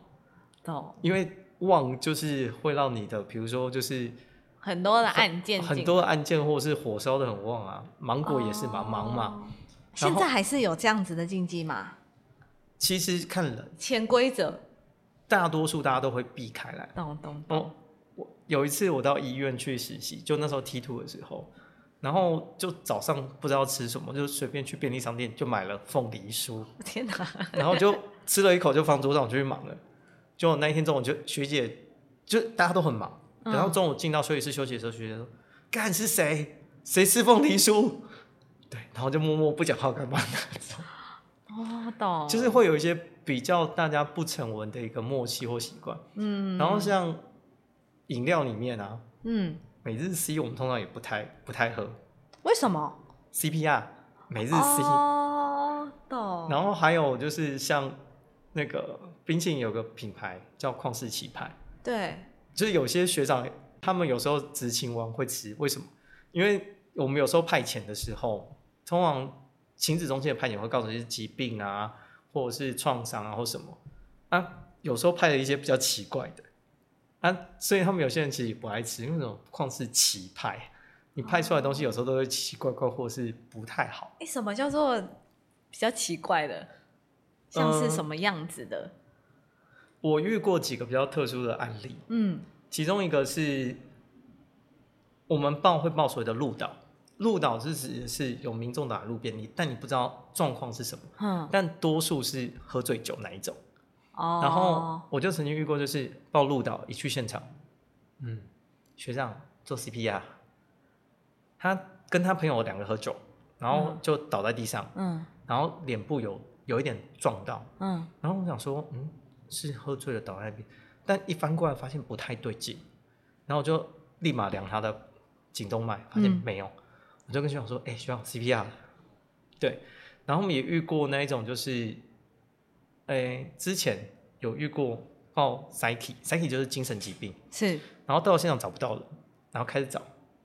Speaker 1: 懂
Speaker 2: 因为旺就是会让你的，比如说就是
Speaker 1: 很多的案件进来，
Speaker 2: 很多案件或是火烧的很旺啊，芒果也是嘛，忙
Speaker 1: 哦
Speaker 2: 嘛。然
Speaker 1: 现
Speaker 2: 后
Speaker 1: 在还是有这样子的禁忌吗？
Speaker 2: 其实看人，
Speaker 1: 潜规则，
Speaker 2: 大多数大家都会避开来。
Speaker 1: 懂懂懂，
Speaker 2: 哦，我有一次我到医院去实习，就那时候 T two 的时候，然后就早上不知道吃什么，就随便去便利商店就买了凤梨 酥，
Speaker 1: 天哪！
Speaker 2: 然后就吃了一口就放桌上，我就去忙了。结果那一天中午就学姐就大家都很忙，
Speaker 1: 嗯
Speaker 2: 然后中午进到休息室休息的时候，学姐说：“干是谁？谁吃凤梨酥？”对，然后就默默不讲话干嘛那种，
Speaker 1: 哦，懂，
Speaker 2: 就是会有一些比较大家不成文的一个默契或习惯。
Speaker 1: 嗯，
Speaker 2: 然后像饮料里面啊，
Speaker 1: 嗯，
Speaker 2: 每日 C 我们通常也不太不太喝
Speaker 1: 为什么？
Speaker 2: CPR 每日 C，、
Speaker 1: 哦，懂，
Speaker 2: 然后还有就是像那个冰淇淋有个品牌叫旷世奇派，
Speaker 1: 对，
Speaker 2: 就是有些学长他们有时候执勤完会吃，为什么？因为我们有时候派遣的时候，通常勤职中心的派遣会告诉你是疾病啊，或者是创伤啊或什么啊，有时候派了一些比较奇怪的啊，所以他们有些人其实也不爱吃，因为那种旷世奇派，你派出来的东西有时候都会奇奇怪怪或是不太好。
Speaker 1: 哎，什么叫做比较奇怪的？像是
Speaker 2: 嗯
Speaker 1: 什么样子的？
Speaker 2: 我遇过几个比较特殊的案例，
Speaker 1: 嗯，
Speaker 2: 其中一个是我们报会报所谓的路导，路导是指是有民众打路边，你但你不知道状况是什么，
Speaker 1: 哼，
Speaker 2: 但多数是喝醉酒那一种。
Speaker 1: 哦，
Speaker 2: 然后我就曾经遇过，就是报路导一去现场，嗯，学长做 CPR，他跟他朋友两个喝酒，然后就倒在地上，
Speaker 1: 嗯
Speaker 2: 然后脸部有有一点撞到，
Speaker 1: 嗯，
Speaker 2: 然后我想说，嗯，是喝醉了倒在那边，但一翻过来发现不太对劲，然后我就立马量他的颈动脉，发现
Speaker 1: 嗯
Speaker 2: 没有，我就跟学长说，哎、学长 CPR，了对，然后我们也遇过那一种就是，哎、之前有遇过报 psyche，psyche 就是精神疾病，
Speaker 1: 是，
Speaker 2: 然后到了现场找不到人，然后开始找，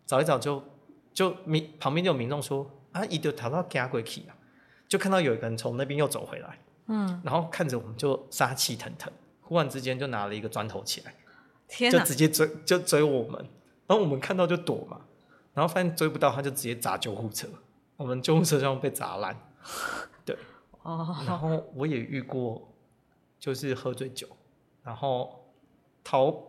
Speaker 2: 找一找就就民旁边就有民众说，啊，一丢逃到家鬼去啊，就看到有一个人从那边又走回来。
Speaker 1: 嗯，
Speaker 2: 然后看着我们就杀气腾腾，忽然之间就拿了一个砖头起来，
Speaker 1: 天
Speaker 2: 就
Speaker 1: 哪，
Speaker 2: 直接追就追我们，然后我们看到就躲嘛，然后发现追不到，他就直接砸救护车，我们救护车上被砸烂。然
Speaker 1: 哦，
Speaker 2: 后我也遇过，就是喝醉酒，然后逃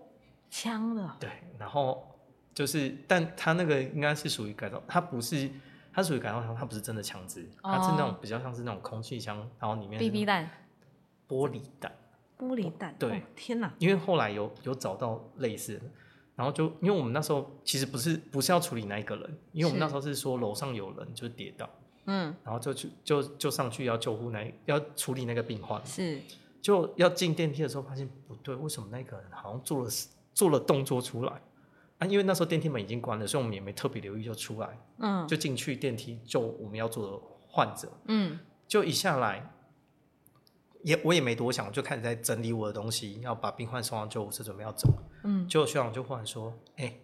Speaker 1: 枪了，
Speaker 2: 对，然后就是，但他那个应该是属于改造，他不是。他属于改造枪，他不是真的枪支，他是那种
Speaker 1: 哦
Speaker 2: 比较像是那种空气枪，然后里面是
Speaker 1: ，BB
Speaker 2: 那
Speaker 1: 弹，
Speaker 2: 种玻璃弹，
Speaker 1: 嗯玻璃弹，
Speaker 2: 对
Speaker 1: 哦，天哪，
Speaker 2: 因为后来有有找到类似的，然后就因为我们那时候其实不是不是要处理那一个人，因为我们
Speaker 1: 是
Speaker 2: 那时候是说楼上有人就跌倒，
Speaker 1: 嗯，
Speaker 2: 然后就去就就上去要救护那要处理那个病患，
Speaker 1: 是，
Speaker 2: 就要进电梯的时候发现不对，为什么那个人好像做了做了动作出来啊？因为那时候电梯门已经关了，所以我们也没特别留意就出来，
Speaker 1: 嗯，
Speaker 2: 就进去电梯救我们要做的患者，
Speaker 1: 嗯，
Speaker 2: 就一下来，也我也没多想，我就开始在整理我的东西，要把病患送上救护车，准备要走。
Speaker 1: 嗯，
Speaker 2: 结果学长就忽然说：“哎、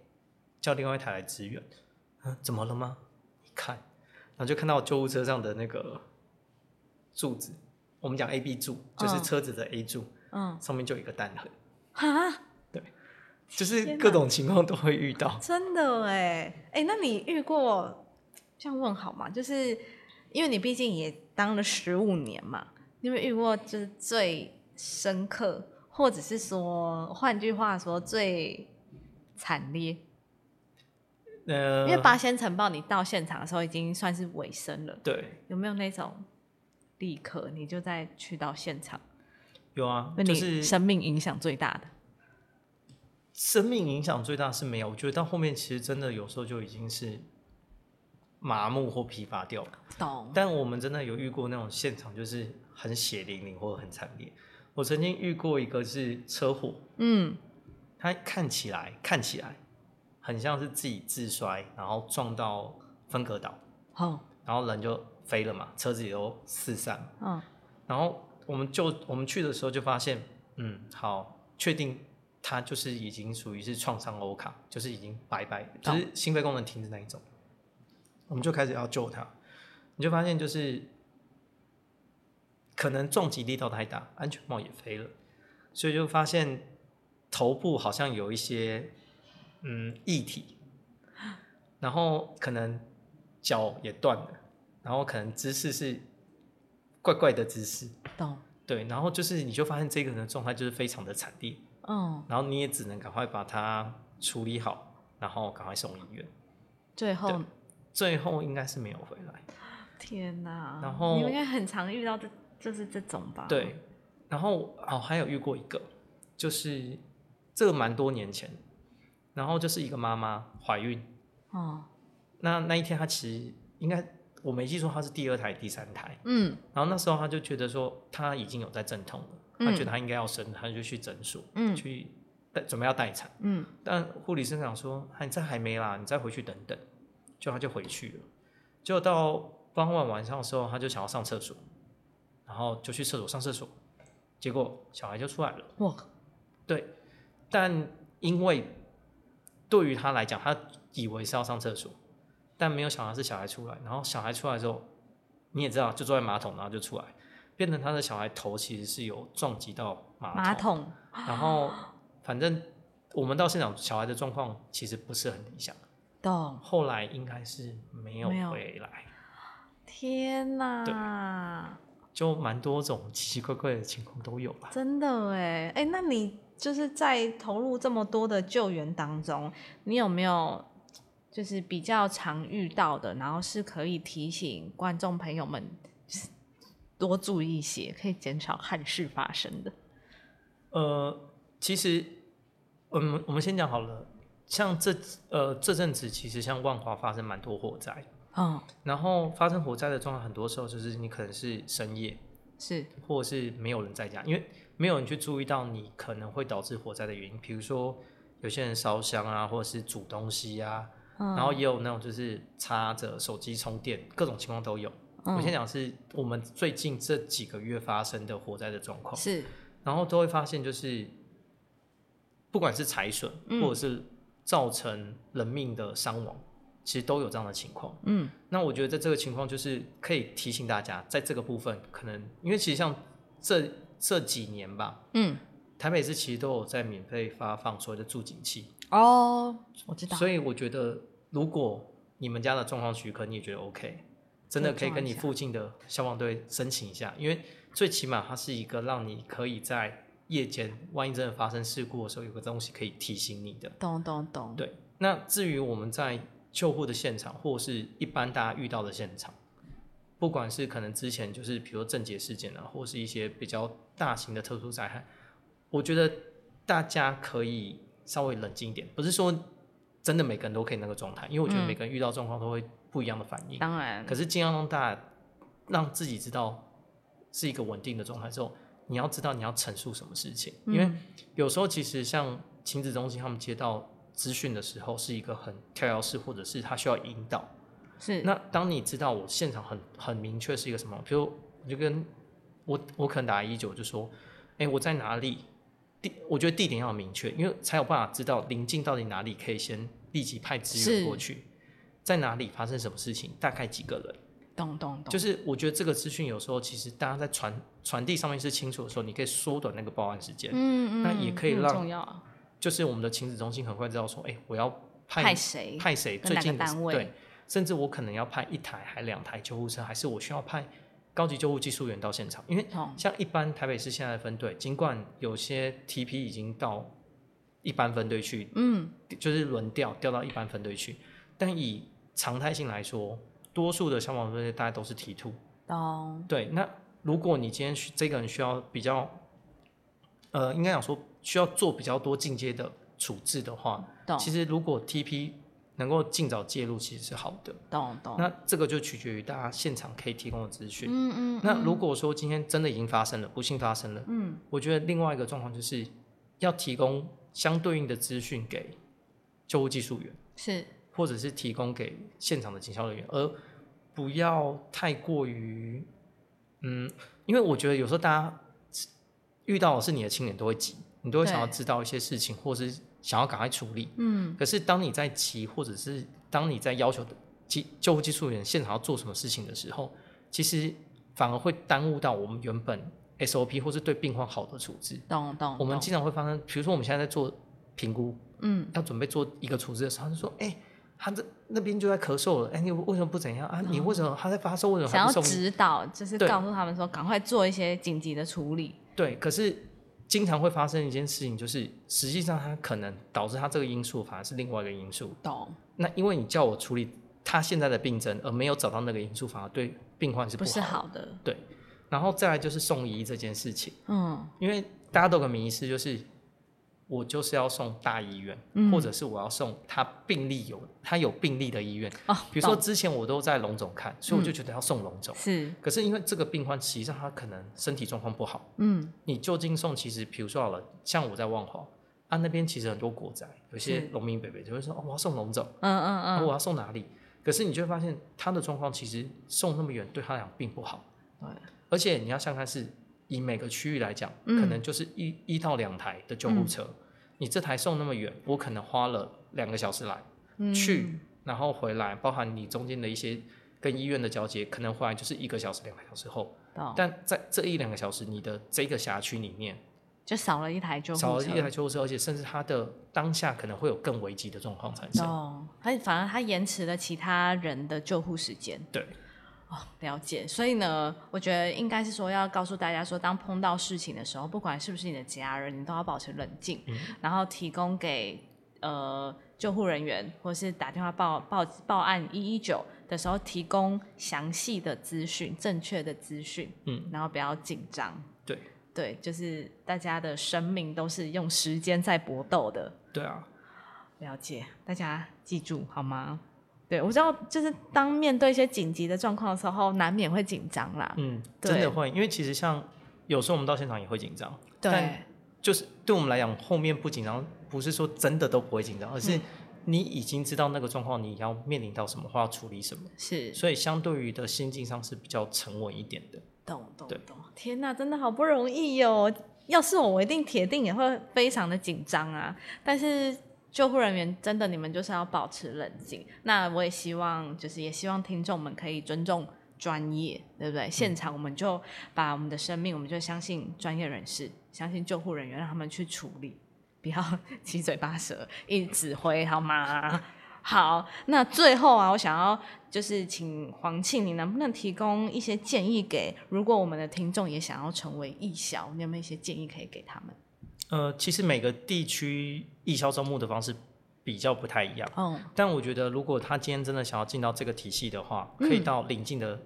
Speaker 2: 叫另外一台来支援。”嗯，怎么了吗？你看，然后就看到救护车上的那个柱子，我们讲 A B 柱，就是
Speaker 1: 嗯
Speaker 2: 车子的 A 柱，
Speaker 1: 嗯，
Speaker 2: 上面就有一个弹痕，
Speaker 1: 哈，
Speaker 2: 就是
Speaker 1: 天
Speaker 2: 各
Speaker 1: 哪
Speaker 2: 种情况都会遇 到。
Speaker 1: 真的哎，哎，那你遇过这样问好吗？就是因为你毕竟也当了十五年嘛，你有没有遇过就是最深刻，或者是说，换句话说最惨烈？
Speaker 2: 呃，
Speaker 1: 因为八仙城堡你到现场的时候已经算是尾声了，
Speaker 2: 对
Speaker 1: 有没有那种立刻你就再去到现场，
Speaker 2: 有啊，
Speaker 1: 对
Speaker 2: 就
Speaker 1: 你
Speaker 2: 是
Speaker 1: 生命影响最大的？
Speaker 2: 生命影响最大是没有，我觉得到后面其实真的有时候就已经是麻木或疲乏掉了。
Speaker 1: 懂，
Speaker 2: 但我们真的有遇过那种现场就是很血淋淋或者很惨烈。我曾经遇过一个是车祸，
Speaker 1: 嗯，
Speaker 2: 他看起来看起来很像是自己自摔，然后撞到分隔岛，
Speaker 1: 好、
Speaker 2: 然后人就飞了嘛，车子也都四散。
Speaker 1: 嗯，
Speaker 2: 然后我们就我们去的时候就发现，嗯，好，确定他就是已经属于是创伤欧卡，就是已经拜拜，就
Speaker 1: 懂
Speaker 2: 是心肺功能停止那一种。我们就开始要救他，你就发现就是可能撞击力道太大，安全帽也飞了，所以就发现头部好像有一些嗯议题，然后可能脚也断了，然后可能姿势是怪怪的姿势，
Speaker 1: 懂，
Speaker 2: 对，然后就是你就发现这个人的状态就是非常的惨烈，
Speaker 1: 嗯，
Speaker 2: 然后你也只能赶快把它处理好，然后赶快送医院，
Speaker 1: 最后
Speaker 2: 对最后应该是没有回来。
Speaker 1: 天哪，
Speaker 2: 然后
Speaker 1: 你们应该很常遇到这就是这种吧？
Speaker 2: 对，，然后哦，还有遇过一个，就是这个蛮多年前，然后就是一个妈妈怀孕，
Speaker 1: 哦，
Speaker 2: 那那一天她其实应该我没记错，她是第二胎、第三胎，
Speaker 1: 嗯
Speaker 2: 然后那时候她就觉得说她已经有在阵痛了，她觉得她应该要生，她就去诊所、
Speaker 1: 嗯
Speaker 2: 去待准备要待产，
Speaker 1: 嗯，
Speaker 2: 但护理师长说：“啊，你这还没啦，你再回去等等。”就他就回去了。就到傍晚晚上的时候，他就想要上厕所，然后就去厕所上厕所，结果小孩就出来了。
Speaker 1: 哇，
Speaker 2: 对，但因为对于他来讲，他以为是要上厕所，但没有想到是小孩出来。然后小孩出来之后，你也知道，就坐在马桶，然后就出来，变成他的小孩头其实是有撞击到
Speaker 1: 马桶，
Speaker 2: 然后反正我们到现场，小孩的状况其实不是很理想。
Speaker 1: 懂，
Speaker 2: 后来应该是没有
Speaker 1: 没有
Speaker 2: 回来，
Speaker 1: 天哪，
Speaker 2: 就蛮多种奇奇怪怪的情况都有吧。
Speaker 1: 真的哎，哎，那你就是在投入这么多的救援当中，你有没有就是比较常遇到的，然后是可以提醒观众朋友们就是多注意一些，可以减少憾事发生的？
Speaker 2: 呃，其实我们我们先讲好了，像这呃这阵子，其实像万华发生蛮多火灾，
Speaker 1: 嗯，
Speaker 2: 然后发生火灾的状况，很多时候就是你可能是深夜，
Speaker 1: 是，
Speaker 2: 或者是没有人在家，因为没有人去注意到你可能会导致火灾的原因，比如说有些人烧香啊，或者是煮东西啊，
Speaker 1: 嗯
Speaker 2: 然后也有那种就是插着手机充电，各种情况都有。
Speaker 1: 嗯
Speaker 2: 我先讲是我们最近这几个月发生的火灾的状况，
Speaker 1: 是，
Speaker 2: 然后都会发现就是，不管是财损
Speaker 1: 嗯
Speaker 2: 或者是造成人命的伤亡，其实都有这样的情况。
Speaker 1: 嗯，
Speaker 2: 那我觉得在这个情况，就是可以提醒大家，在这个部分，可能因为其实像这这几年吧，
Speaker 1: 嗯，
Speaker 2: 台北市其实都有在免费发放所谓的助警器，
Speaker 1: 哦，我知道，
Speaker 2: 所以我觉得如果你们家的状况许可，你也觉得 OK，真的可以跟你附近的消防队申请一下，因为最起码它是一个让你可以在夜间，万一真的发生事故的时候，有个东西可以提醒你的。
Speaker 1: 懂懂懂，
Speaker 2: 对，那至于我们在救护的现场，或是一般大家遇到的现场，不管是可能之前就是比如说症结事件啊，或是一些比较大型的特殊灾害，我觉得大家可以稍微冷静一点，不是说真的每个人都可以那个状态，因为我觉得每个人遇到状况都会不一样的反应，
Speaker 1: 当然
Speaker 2: 可是尽量让大家让自己知道是一个稳定的状态之后。你要知道你要陈述什么事情，
Speaker 1: 嗯
Speaker 2: 因为有时候其实像亲子中心他们接到资讯的时候，是一个很跳跃式，或者是他需要引导。
Speaker 1: 是，
Speaker 2: 那当你知道我现场很很明确是一个什么，比如我就跟我我可能打一九就说，哎、我在哪里？地我觉得地点要明确，因为才有办法知道临近到底哪里，可以先立即派支
Speaker 1: 是
Speaker 2: 援过去，在哪里发生什么事情，大概几个人。
Speaker 1: 懂懂懂，
Speaker 2: 就是我觉得这个资讯有时候其实大家在传传递上面是清楚的时候，你可以缩短那个报案时间。
Speaker 1: 嗯嗯，
Speaker 2: 那也可以
Speaker 1: 嗯
Speaker 2: 让
Speaker 1: 重要啊
Speaker 2: 就是我们的亲子中心很快知道说，哎、我要派
Speaker 1: 派谁？
Speaker 2: 派谁
Speaker 1: 跟
Speaker 2: 最
Speaker 1: 哪
Speaker 2: 近
Speaker 1: 个
Speaker 2: 的
Speaker 1: 单位
Speaker 2: 对，甚至我可能要派一台还两台救护车，还是我需要派高级救护技术员到现场，因为
Speaker 1: 懂
Speaker 2: 像一般台北市现在的分队，尽管有些 TP 已经到一般分队去，
Speaker 1: 嗯，
Speaker 2: 就是轮调调到一般分队去，但以常态性来说，多数的消防分队大家都是 T two，
Speaker 1: 懂，
Speaker 2: 对，那如果你今天需这个人需要比较，呃，应该讲说需要做比较多进阶的处置的话，
Speaker 1: 懂
Speaker 2: 其实如果 TP 能够尽早介入，其实是好的。
Speaker 1: 懂懂，
Speaker 2: 那这个就取决于大家现场可以提供的资讯。
Speaker 1: 哦嗯嗯，
Speaker 2: 那如果说今天真的已经发生了，不幸发生了，
Speaker 1: 嗯，
Speaker 2: 我觉得另外一个状况就是要提供相对应的资讯给救护技术员。
Speaker 1: 是
Speaker 2: 或者是提供给现场的警消人员，而不要太过于，嗯，因为我觉得有时候大家遇到的是你的亲人都会急，你都会想要
Speaker 1: 对
Speaker 2: 知道一些事情，或是想要赶快处理。
Speaker 1: 嗯
Speaker 2: 可是当你在急，或者是当你在要求急救护技术员现场要做什么事情的时候，其实反而会耽误到我们原本 SOP 或是对病患好的处置。
Speaker 1: 懂懂，
Speaker 2: 我们
Speaker 1: 懂
Speaker 2: 经常会发生，比如说我们现在在做评估，
Speaker 1: 嗯，
Speaker 2: 要准备做一个处置的时候，他就说：“哎、他这那边就在咳嗽了，哎、你为什么不怎样啊？你为什么他在发烧？为什么还
Speaker 1: 哦想
Speaker 2: 不
Speaker 1: 要
Speaker 2: 送
Speaker 1: 指
Speaker 2: 医？”
Speaker 1: 导，就是
Speaker 2: 对
Speaker 1: 告诉他们说，赶快做一些紧急的处理。
Speaker 2: 对，可是经常会发生一件事情，就是实际上它可能导致它这个因素反而是另外一个因素。
Speaker 1: 懂，
Speaker 2: 那因为你叫我处理他现在的病症，而没有找到那个因素，反而对病患是
Speaker 1: 不
Speaker 2: 好。
Speaker 1: 是好的。
Speaker 2: 对，然后再来就是送医这件事情，
Speaker 1: 嗯
Speaker 2: 因为大家都有个迷思，就是我就是要送大医院，
Speaker 1: 嗯
Speaker 2: 或者是我要送他病例有他有病例的医院。
Speaker 1: 哦，
Speaker 2: 比如说
Speaker 1: 懂嗯
Speaker 2: 之前我都在龙总看，所以我就觉得要送龙总。
Speaker 1: 是，
Speaker 2: 可是因为这个病患实际上他可能身体状况不好，
Speaker 1: 嗯
Speaker 2: 你就近送，其实比如说好了，像我在万华啊那边其实很多国宅，有些
Speaker 1: 是
Speaker 2: 农民伯伯就会说哦我要送龙总，
Speaker 1: 嗯嗯
Speaker 2: 啊
Speaker 1: 嗯，
Speaker 2: 我要送哪里？可是你就会发现他的状况其实送那么远对他来讲并不好，
Speaker 1: 对，
Speaker 2: 而且你要想看是以每个区域来讲，
Speaker 1: 嗯
Speaker 2: 可能就是一一到两台的救护车，你这台送那么远，我可能花了两个小时来
Speaker 1: 嗯
Speaker 2: 去，然后回来，包含你中间的一些跟医院的交接，可能回来就是一个小时两个小时后，
Speaker 1: 懂，
Speaker 2: 但在这一两个小时你的这个辖区里面。
Speaker 1: 就少了一台救护
Speaker 2: 少了
Speaker 1: 车
Speaker 2: 一台救护车，而且甚至他的当下可能会有更危急的状况产生。
Speaker 1: 懂，他反而他延迟了其他人的救护时间。
Speaker 2: 对，
Speaker 1: 哦，了解。所以呢，我觉得应该是说要告诉大家说，当碰到事情的时候，不管是不是你的家人，你都要保持冷静，
Speaker 2: 嗯
Speaker 1: 然后提供给呃救护人员或是打电话报报报案一一九的时候，提供详细的资讯、正确的资讯，
Speaker 2: 嗯，
Speaker 1: 然后不要紧张。
Speaker 2: 对，
Speaker 1: 对，就是大家的生命都是用时间在搏斗的。
Speaker 2: 对啊，
Speaker 1: 了解，大家记住好吗？对，我知道，就是当面对一些紧急的状况的时候，难免会紧张啦。
Speaker 2: 嗯，真
Speaker 1: 对
Speaker 2: 的会，因为其实像有时候我们到现场也会紧张，但
Speaker 1: 对，
Speaker 2: 就是对我们来讲，后面不紧张，不是说真的都不会紧张，而是
Speaker 1: 嗯
Speaker 2: 你已经知道那个状况，你要面临到什么或要处理什么，
Speaker 1: 是
Speaker 2: 所以相对于的心境上是比较沉稳一点的。
Speaker 1: 懂懂
Speaker 2: 对
Speaker 1: 懂。天哪，真的好不容易哟、要是我，我一定铁定也会非常的紧张啊。但是救护人员真的，你们就是要保持冷静。那我也希望，就是也希望听众们可以尊重专业，对不对？
Speaker 2: 嗯
Speaker 1: 现场我们就把我们的生命，我们就相信专业人士，相信救护人员，让他们去处理，不要 七嘴八舌一直指挥，好吗？ 好，那最后啊，我想要就是请黄庆，你能不能提供一些建议给，如果我们的听众也想要成为义消，你有没有一些建议可以给他们？
Speaker 2: 呃，其实每个地区义消招募的方式比较不太一样，
Speaker 1: 哦，
Speaker 2: 但我觉得如果他今天真的想要进到这个体系的话，可以到邻近的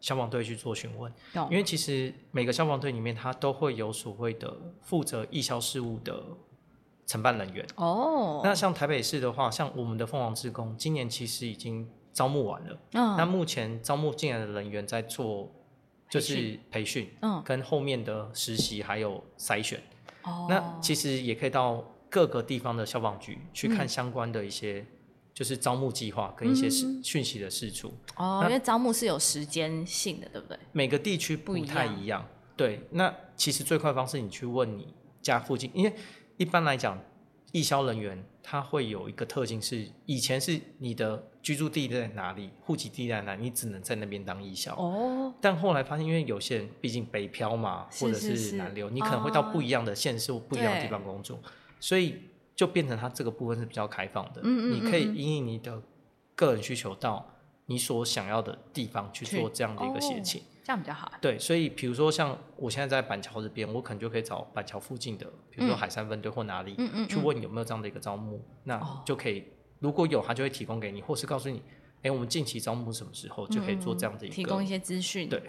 Speaker 2: 消防队去做询问。因
Speaker 1: 嗯懂，
Speaker 2: 为其实每个消防队里面，它都会有所谓的负责义消事务的承办人员。
Speaker 1: 哦，
Speaker 2: 那像台北市的话，像我们的凤凰职工，今年其实已经招募完了。那
Speaker 1: 嗯
Speaker 2: 目前招募进来的人员在做就
Speaker 1: 培
Speaker 2: 是培训，
Speaker 1: 嗯，
Speaker 2: 跟后面的实习还有筛选。
Speaker 1: 哦，
Speaker 2: 那其实也可以到各个地方的消防局去看
Speaker 1: 嗯
Speaker 2: 相关的一些就是招募计划跟一些
Speaker 1: 嗯
Speaker 2: 事讯息的释出。
Speaker 1: 哦，
Speaker 2: 那
Speaker 1: 因为招募是有时间性的，对不对？
Speaker 2: 每个地区不太
Speaker 1: 不
Speaker 2: 一样。对，那其实最快的方式你去问你家附近，因为一般来讲，义消人员他会有一个特性是，以前是你的居住地在哪里，户籍地在哪里，你只能在那边当义消。
Speaker 1: 哦，
Speaker 2: 但后来发现，因为有些人毕竟北漂嘛，
Speaker 1: 是
Speaker 2: 或者
Speaker 1: 是是
Speaker 2: 是南流，你可能会到
Speaker 1: 哦
Speaker 2: 不一样的县市或不一样的地方工作，所以就变成它这个部分是比较开放的。
Speaker 1: 嗯嗯嗯
Speaker 2: 你可以
Speaker 1: 嗯
Speaker 2: 因应你的个人需求到你所想要的地方去
Speaker 1: 去
Speaker 2: 做这样的一个协
Speaker 1: 哦
Speaker 2: 请。
Speaker 1: 这样比较好。
Speaker 2: 对，所以比如说像我现在在板桥这边，我可能就可以找板桥附近的，比如说
Speaker 1: 嗯
Speaker 2: 海山分队或哪里，
Speaker 1: 嗯嗯
Speaker 2: 去
Speaker 1: 嗯
Speaker 2: 问有没有这样的一个招募，
Speaker 1: 哦
Speaker 2: 那就可以，如果有，他就会提供给你，或是告诉你，哎，我们近期招募什么时候就可以做这样的一个，
Speaker 1: 嗯提供一些资讯。
Speaker 2: 对，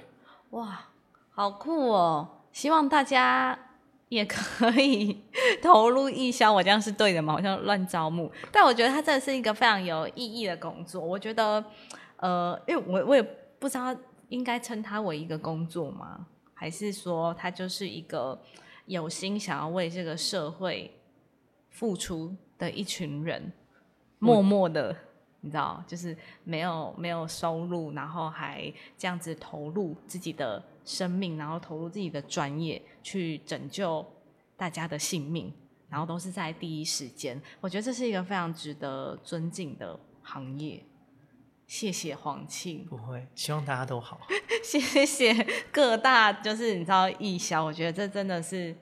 Speaker 1: 哇，好酷哦！希望大家也可以 投入义消，我这样是对的吗？好像乱招募，但我觉得它真的是一个非常有意义的工作。我觉得，呃，因为我我也不知道应该称它为一个工作吗？还是说它就是一个有心想要为这个社会付出的一群人，默默的。你知道，就是没有没有收入，然后还这样子投入自己的生命，然后投入自己的专业去拯救大家的性命，然后都是在第一时间。我觉得这是一个非常值得尊敬的行业。谢谢黄庆，
Speaker 2: 不会，希望大家都好。
Speaker 1: 谢谢各大就是你知道义消，我觉得这真的是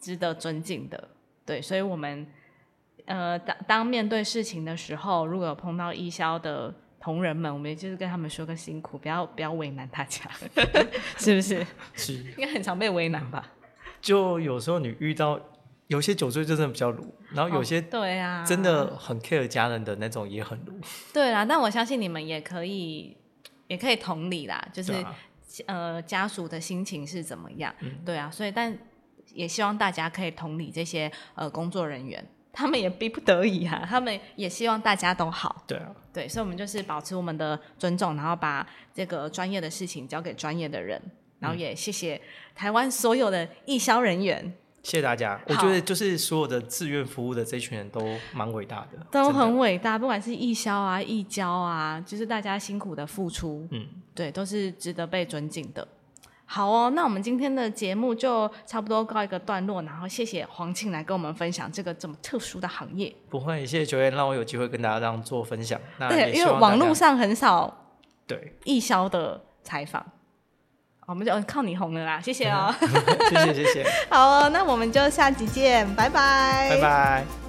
Speaker 1: 值得尊敬的。对，所以我们呃，当当面对事情的时候，如果有碰到医销的同仁们，我们就是跟他们说个辛苦，不要不要为难大家， 是不是？
Speaker 2: 是，
Speaker 1: 应该很常被为难吧？
Speaker 2: 就有时候你遇到有些酒醉就真的比较鲁，然后有
Speaker 1: 哦
Speaker 2: 些
Speaker 1: 对啊，
Speaker 2: 真的很 care 家人的那种也很鲁。
Speaker 1: 对啦。但我相信你们也可以，也可以同理啦，就是、
Speaker 2: 对啊
Speaker 1: 呃家属的心情是怎么样，对啊。所以，但也希望大家可以同理这些呃工作人 员，他们也逼不得已啊， 他们也希望大家都好。
Speaker 2: 对啊，
Speaker 1: 对，所以我们就是保持我们的尊重，然后把这个专业的事情交给专业的人，然后也谢谢台湾所有的义消人员，
Speaker 2: 谢谢大家。我
Speaker 1: 好
Speaker 2: 觉得就是所有的志愿服务的这群人都蛮伟大的，
Speaker 1: 都
Speaker 2: 真的
Speaker 1: 很伟大，不管是义消啊、义交啊，就是大家辛苦的付出，
Speaker 2: 嗯，
Speaker 1: 对，都是值得被尊敬的。好哦，那我们今天的节目就差不多告一个段落，然后谢谢黄庆来跟我们分享这个这么特殊的行业。
Speaker 2: 不会。谢谢九月让我有机会跟大家这样做分享。那
Speaker 1: 对，
Speaker 2: 啊也希
Speaker 1: 因为
Speaker 2: 望
Speaker 1: 网
Speaker 2: 大家
Speaker 1: 络上很少
Speaker 2: 对，
Speaker 1: 义消的采访，我们就呃靠你红了啦，谢 谢哦。
Speaker 2: 谢谢谢谢，
Speaker 1: 好、哦，那我们就下集见，拜拜，
Speaker 2: 拜拜。